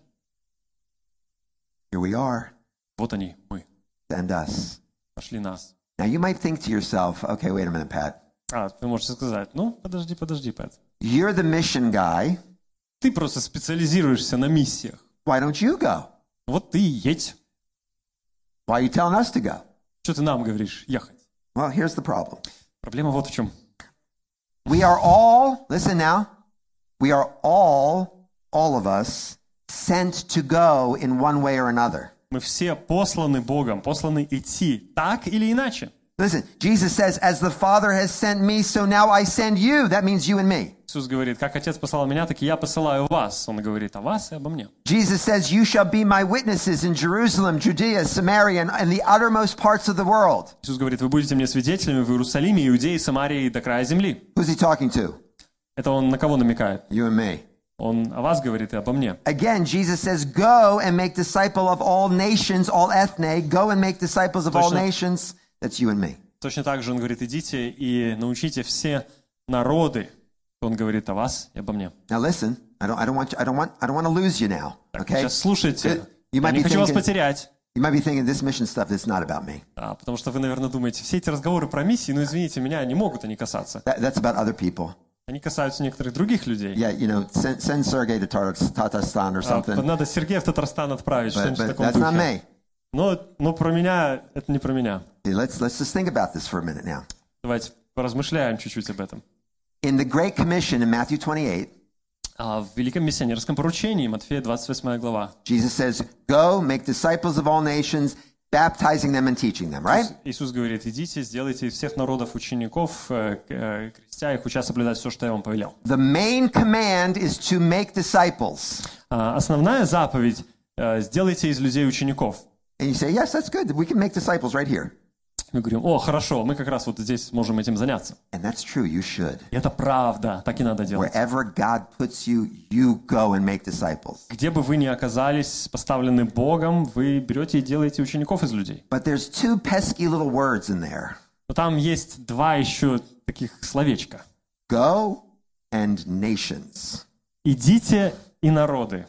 Here we are.
Вот они, мы.
Send us.
Пошли нас.
Now you might think to yourself, okay, wait a minute, Pat.
А, вы можете сказать, ну, подожди, подожди, Пэт.
You're the mission guy.
Ты просто специализируешься на миссиях.
Why don't you go?
Вот ты и едь.
Why are you telling us to go?
Что ты нам говоришь? Ехать.
Well, here's the problem.
Проблема вот в чем.
We are all, listen now, we are all, all of us, sent to go in one way or another.
Мы все посланы Богом, посланы идти так или иначе.
Listen, Jesus says, as the Father has sent me, so now I send you. That means you and me.
Иисус говорит, как Отец послал меня, так и я посылаю вас. Он говорит о вас и обо мне.
Jesus says, You shall be my witnesses in Jerusalem, Judea, Samaria, and, and the uttermost parts of the world.
Иисус говорит, вы будете мне свидетелями в Иерусалиме, Иудее, Самарии и до края земли.
Who's he talking to?
Это он на кого намекает?
You and me.
Он о вас говорит и обо мне.
Again, Jesus says, Go and make disciple of all nations, all ethne. Go and make disciples of all
Точно.
nations. That's you and me.
Точно так же он говорит, идите и научите все народы. Он говорит о вас и обо мне.
Now listen, I don't, I don't want you, I don't want I don't want to lose you now. Okay.
Сейчас
Э,
слушайте.
You might
Я не
be
хочу вас
thinking,
потерять.
you might be thinking this mission stuff is not about me.
А, потому что вы, наверное, думаете, все эти разговоры про миссии, ну извините меня, не могут они касаться.
That, that's about other people.
Они касаются некоторых других людей.
Yeah, you know, send, send Sergey to Tar- Tatarstan or
А,
something.
Надо Сергея в Татарстан отправить,
but,
что-нибудь в
but
таком
that's not
духе.
me.
Но, но про меня это не про меня.
Let's, let's just think about this for a minute now.
Давайте поразмышляем чуть-чуть об этом.
In the Great Commission in Matthew 28,
А в Великом Миссионерском поручении, Матфея 28 глава,
Jesus says, Go, make disciples of all nations, baptizing them and teaching them, right?
Иисус говорит, идите, сделайте из всех народов учеников, э, к- э, крестя их, уча соблюдать все, что я вам повелел.
The main command is to make disciples.
А основная заповедь э, «сделайте из людей учеников».
And you say, Yes, that's good. We can make disciples right here.
Мы говорим, о, хорошо, мы как раз вот здесь можем этим заняться.
And that's true. You should.
И это правда, так и надо делать.
Wherever God puts you, you go and make disciples.
Где бы вы ни оказались поставлены Богом, вы берете и делаете учеников из людей.
But there's two pesky little words in there
Но там есть два еще таких словечка.
go and nations.
«Идите и народы».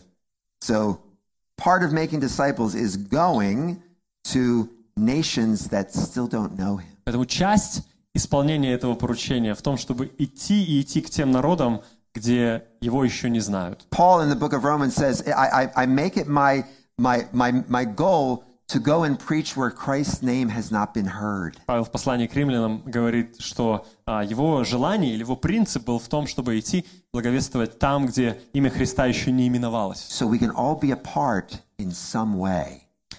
So part of making disciples is going to nations that still don't know him.
Поэтому часть исполнения этого поручения в том, чтобы идти и идти к тем народам, где его еще не знают.
Paul in the book of Romans says, I, I, I make it my, my, my, my goal to go and preach where Christ's name has not been heard.
Павел в послании к римлянам говорит, что а, его желание или его принцип был в том, чтобы идти благовествовать там, где имя Христа еще не именовалось.
So we can all be a part in some way.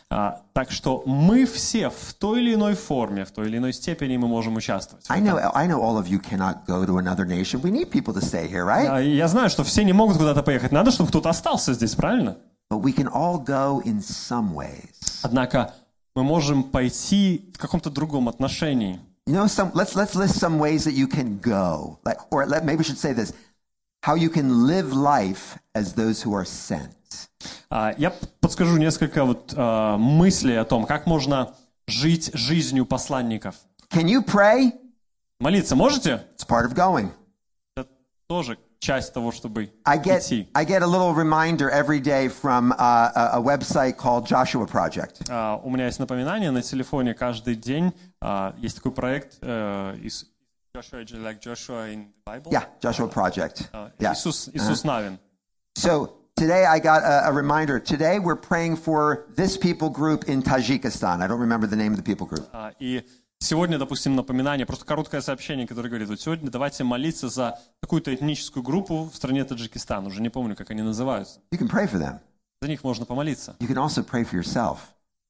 А, так что мы все в той или иной форме, в той или иной степени мы можем участвовать.
I know, I know all of you cannot go to another nation. We need people to stay here, right?
А, Я знаю, что все не могут куда-то поехать. Надо, чтобы кто-то остался здесь, правильно?
But we can all go in some ways.
Однако мы можем пойти в каком-то другом отношении.
You know, some let's let's list some ways that you can go, like, or let, maybe we should say this: how you can live life as those who are sent.
А, Я п- подскажу несколько вот а, мыслей о том, как можно жить жизнью посланников.
Can you pray?
Молиться можете?
It's part of going.
Это тоже часть того, чтобы
I get
идти.
I get a little reminder every day from uh, a, a website called Joshua Project.
А, У меня есть напоминание на телефоне каждый день. а, Есть такой проект э, из Joshua, like Joshua in the Bible.
Yeah, Joshua Project.
А,
Yeah. Uh,
Иисус, Иисус Навин.
So today I got a, a reminder. Today we're praying for this people group in Tajikistan. I don't remember the name of the people group.
А, И сегодня, допустим, напоминание, просто короткое сообщение, которое говорит, вот сегодня давайте молиться за какую-то этническую группу в стране Таджикистан. Уже не помню, как они называются.
You can pray for them.
За них можно помолиться.
You can also pray for yourself.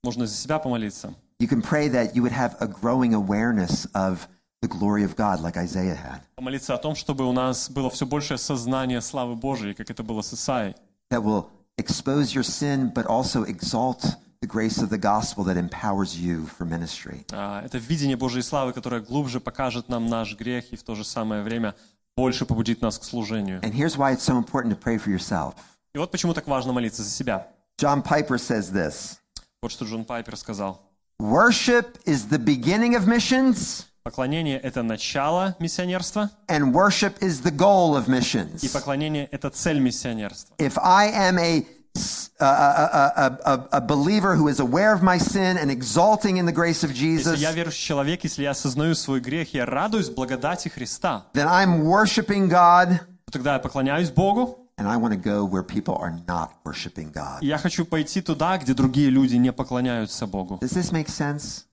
Можно за себя помолиться.
You can pray that you would have a growing awareness of the glory of God, like Isaiah had.
Помолиться о том, чтобы у нас было все большее сознание славы Божией, как это было с Исаией.
that will expose your sin, but also exalt the grace of the gospel that empowers you for ministry.
А, Это видение Божьей славы, которое глубже покажет нам наш грех и в то же самое время больше побудит нас к служению.
And here's why it's so important to pray for yourself.
И вот почему так важно молиться за себя.
John Piper says this
Вот что Джон Пайпер сказал.
Worship is the beginning of missions,
Поклонение — это начало миссионерства,
and worship is the goal of
и
missions.
поклонение — это цель миссионерства.
If I am a a, a, a, a- a believer who is aware of my sin and exalting in the grace of
Если
Jesus,
я верующий человек, если я осознаю свой грех, я радуюсь благодати Христа,
then I'm worshiping God,
то тогда я поклоняюсь Богу,
and I want to go where people are not worshiping God.
и я хочу пойти туда, где другие люди не поклоняются Богу.
Does this make sense?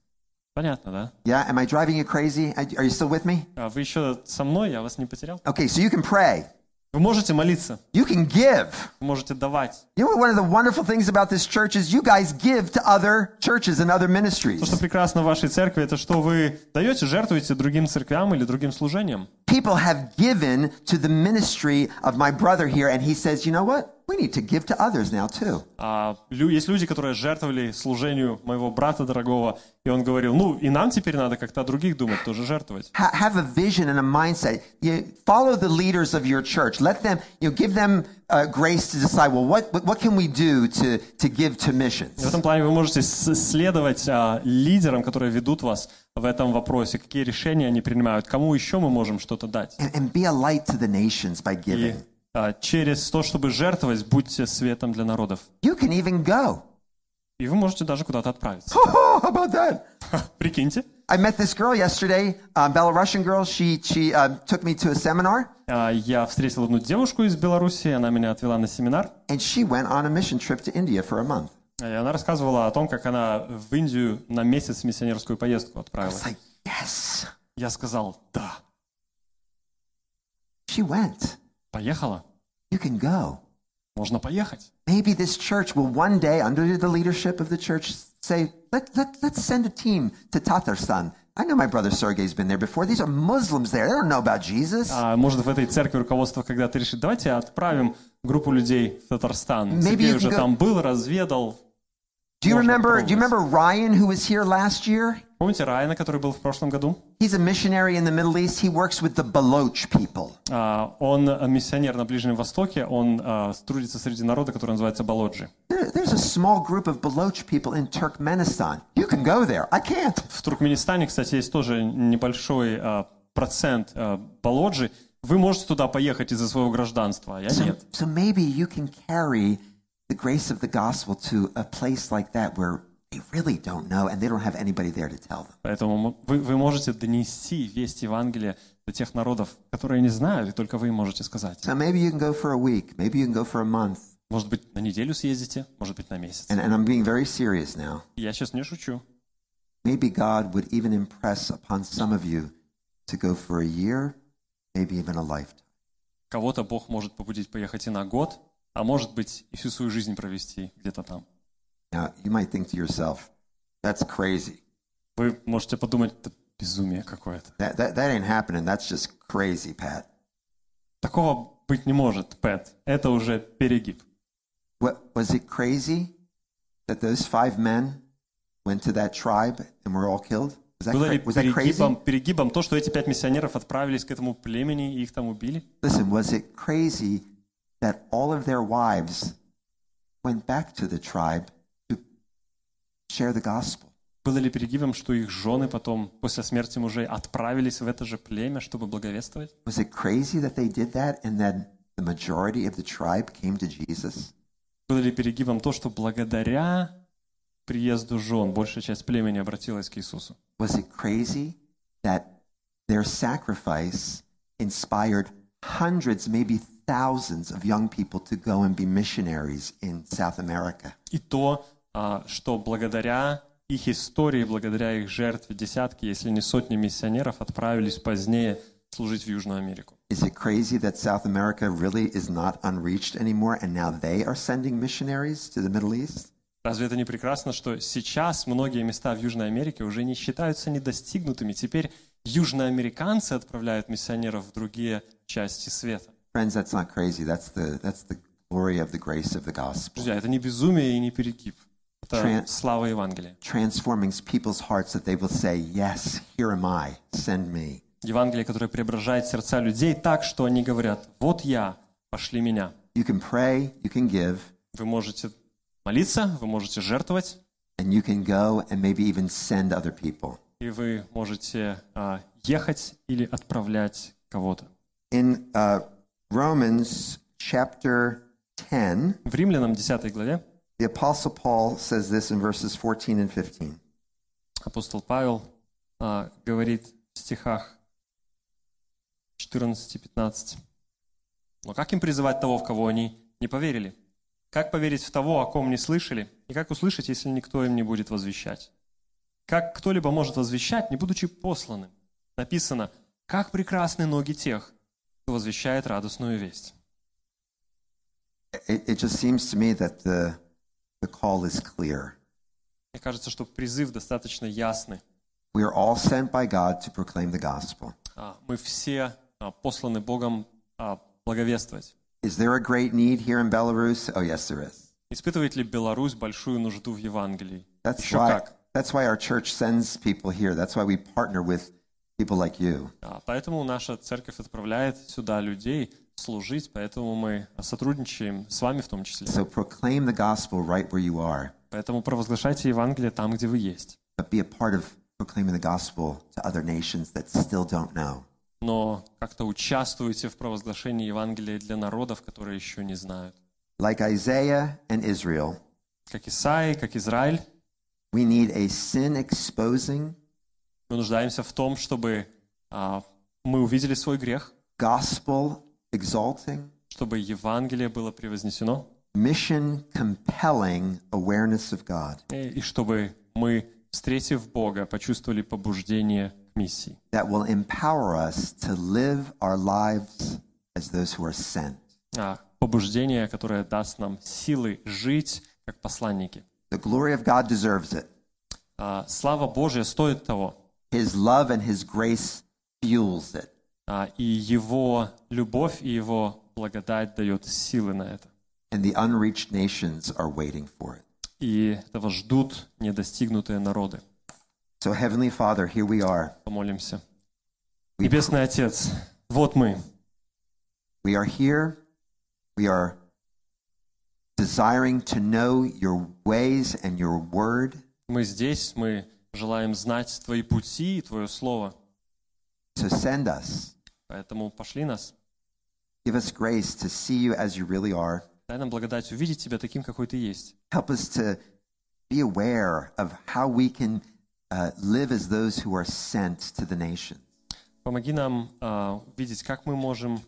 Понятно, да?
Yeah, am I driving you crazy? Are are you still with me?
А вы еще со мной, я вас не потерял.
Okay, so you can pray.
Вы можете молиться,
You can give.
вы можете давать.
You know what one of the wonderful things about this church is you guys give to other churches and other
То, что
ministries.
прекрасно в вашей церкви, это что вы даете, жертвуете другим церквям или другим служениям.
People have given to the ministry of my brother here, and he says, you know what? We need to give to others now too.
А лю- есть люди, которые жертвовали служению моего брата дорогого, и он говорил, ну и нам теперь надо как-то о других думать, тоже жертвовать.
Ha- have a vision and a mindset. You follow the leaders of your church. Let them, you know, give them uh, grace to decide. Well, what what what can we do to to give to
В
missions?
этом плане вы можете с- следовать а, лидерам, которые ведут вас в этом вопросе, какие решения они принимают, кому еще мы можем что-то дать.
And, and be a light to the nations by
И
giving.
а, через то, чтобы жертвовать, будьте светом для народов.
You can even go.
И вы можете даже куда-то отправиться.
Oh, how about that?
Прикиньте.
I- I met this girl yesterday, a Belarusian girl. She, she uh, took me to a seminar,
А, Я встретил одну девушку из Беларуси, она меня отвела на семинар,
and she went on a mission trip to India for a month.
и она рассказывала о том, как она в Индию на месяц в миссионерскую поездку отправилась.
It's like, yes,
Я сказал, да,
she went.
поехала,
You can go.
можно поехать.
Maybe this church will one day, under the leadership of the church, say, let, let, let's send a team to Tatarstan. I know my brother Sergey's been there before. These are Muslims there. They don't know about Jesus.
А может, в этой церкви руководство когда-то решит, давайте отправим группу людей в Татарстан.
Maybe you
Сергей
can
уже
go-
там был, разведал.
do you
можно
remember? Do you
попробовать.
remember Ryan, who was here last year?
Помните Райана, который был в прошлом году?
He's a missionary in the Middle East. He works with the Baloch people.
А, Он миссионер на Ближнем Востоке, он а, трудится среди народа, который называется Балоджи.
There- there's a small group of Baloch people in Turkmenistan. You can go there. I can't.
В Туркменистане, кстати, есть тоже небольшой а, процент а, Балоджи. Вы можете туда поехать из-за своего гражданства, а я
So,
нет.
so maybe you can carry the grace of the gospel to a place like that where they really don't know and they don't have anybody there to tell them.
Поэтому м- вы, вы можете донести весть Евангелия до тех народов, которые не знают, и только вы им можете сказать.
So maybe you can go for a week, maybe you can go for a month.
Может быть, на неделю съездите, может быть, на месяц.
And, and I'm being very serious now.
Я сейчас не шучу.
Maybe God would even impress upon some of you to go for a year, maybe even a lifetime.
Кого-то Бог может побудить поехать и на год, а может быть, и всю свою жизнь провести где-то там.
Now, you might think to yourself, that's crazy.
Вы можете подумать, это безумие какое-то.
That, that, that ain't happening. That's just crazy, Pat.
Такого быть не может, Пэт. Это уже перегиб.
What, was it crazy that those five men went to that tribe and were all killed? Was that,
Было ли
cra- was that
перегибом,
crazy?
перегибом то, что эти пять миссионеров отправились к этому племени и их там убили?
Listen, was it crazy that all of their wives went back to the tribe to share the gospel?
Было ли перегибом, что их жены потом, после смерти мужей, отправились в это же племя, чтобы благовествовать?
Was it crazy that they did that and then the majority of the tribe came to Jesus?
Было ли перегибом то, что благодаря приезду жен большая часть племени обратилась к Иисусу?
Was it crazy that their sacrifice inspired hundreds, maybe thousands of young people to go and be missionaries in South America?
И то, а, что благодаря их истории, благодаря их жертве десятки, если не сотни миссионеров отправились позднее служить в Южную Америку.
Is it crazy that South America really is not unreached anymore and now they are sending missionaries to the Middle East?
Разве это не прекрасно, что сейчас многие места в Южной Америке уже не считаются недостигнутыми? Теперь южноамериканцы отправляют миссионеров в другие части света.
Friends, that's not crazy. That's the, that's the glory of the grace of the gospel.
Друзья, это не безумие и не перегиб. Это
Tran-
слава Евангелия.
Transforming people's hearts that they will say, Yes, here am I, send me.
Евангелие, которое преображает сердца людей так, что они говорят, вот я, пошли меня.
You can pray, you can give,
Вы можете молиться, вы можете жертвовать,
and you can go and maybe even send other people.
и вы можете а, ехать или отправлять кого-то.
In uh, Romans chapter 10,
В Римлянам 10 главе
the Apostle Paul says this in verses 14 and 15.
апостол Павел а, говорит в стихах 14-15. «Но как им призывать того, в кого они не поверили? Как поверить в того, о ком не слышали? И как услышать, если никто им не будет возвещать? Как кто-либо может возвещать, не будучи посланным? Написано, как прекрасны ноги тех, кто возвещает радостную весть.
It, it just seems to me that the, the call is clear.
Мне кажется, что призыв достаточно ясный.
We are all sent by God to proclaim the gospel.
А, Мы все а, посланы Богом а, благовествовать.
Is there a great need here in Belarus? Oh, yes, there is.
Испытывает ли Беларусь большую нужду в Евангелии?
That's
Еще
why,
как.
that's why our church sends people here. That's why we partner with people like you.
А, Поэтому наша церковь отправляет сюда людей служить, поэтому мы сотрудничаем с вами в том числе.
So proclaim the gospel right where you are,
Поэтому провозглашайте Евангелие там, где вы есть.
but be a part of proclaiming the gospel to other nations that still don't know.
Но как-то участвуйте в провозглашении Евангелия для народов, которые еще не знают.
Like Isaiah and Israel,
Как Исаи, как Израиль,
we need a sin exposing
Мы нуждаемся в том, чтобы а, мы увидели свой грех,
gospel exalting,
чтобы Евангелие было превознесено,
mission compelling awareness of God.
э, и чтобы мы, встретив Бога, почувствовали побуждение к миссии,
that will empower us to live our lives as those who are sent.
А, побуждение, которое даст нам силы жить как посланники.
The glory of God deserves it.
А, слава Божья стоит того,
His love and His grace fuels it.
а, и Его любовь и Его благодать дает силы на это.
And the unreached nations are waiting for it.
И этого ждут недостигнутые народы.
So, Heavenly Father, here we are.
Помолимся. Небесный Отец, вот мы.
We are here. We are desiring to know your ways and your word.
Мы здесь, мы желаем знать Твои пути и Твое Слово.
So, send us.
Поэтому пошли нас.
Give us grace to see you as you really are.
Дай нам благодать увидеть Тебя таким, какой Ты есть.
Help us to be aware of how we can uh, live as those who are sent to the nations.
Помоги нам а, видеть, как мы можем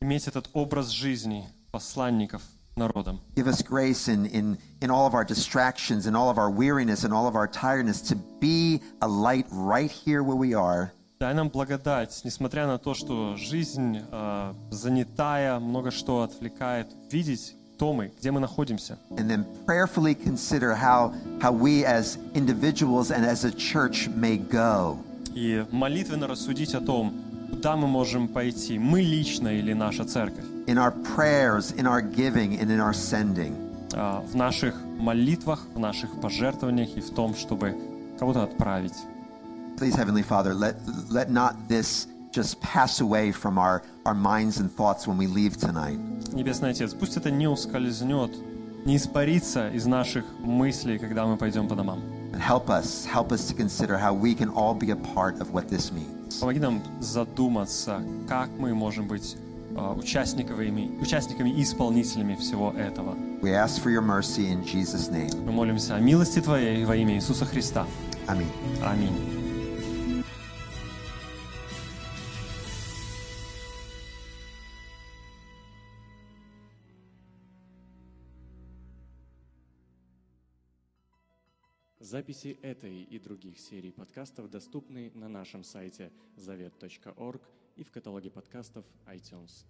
иметь этот образ жизни посланников народам.
Give us grace in, in, in all of our distractions and all of our weariness and all of our tiredness to be a light right here where we are,
Дай нам благодать, несмотря на то, что жизнь а, занятая, много что отвлекает, видеть, кто мы, где мы находимся.
and then prayerfully consider how, how we as individuals and as a church may go.
И молитвенно рассудить о том, куда мы можем пойти, мы лично или наша церковь.
In our prayers, in our giving, and in our sending.
а, в наших молитвах, в наших пожертвованиях и в том, чтобы кого-то отправить.
Please, Heavenly Father, let, let not this just pass away from our, our minds and thoughts when we leave tonight.
Небесный Отец, пусть это не ускользнет, не испарится из наших мыслей, когда мы пойдем по домам.
And help us, help us to consider how we can all be a part of what this means.
Помоги нам задуматься, как мы можем быть а, участниками, участниками и исполнителями всего этого.
We ask for your mercy in Jesus' name.
Мы молимся о милости Твоей во имя Иисуса Христа.
Amen.
Аминь.
Записи этой и других серий подкастов доступны на нашем сайте завет.орг и в каталоге подкастов iTunes.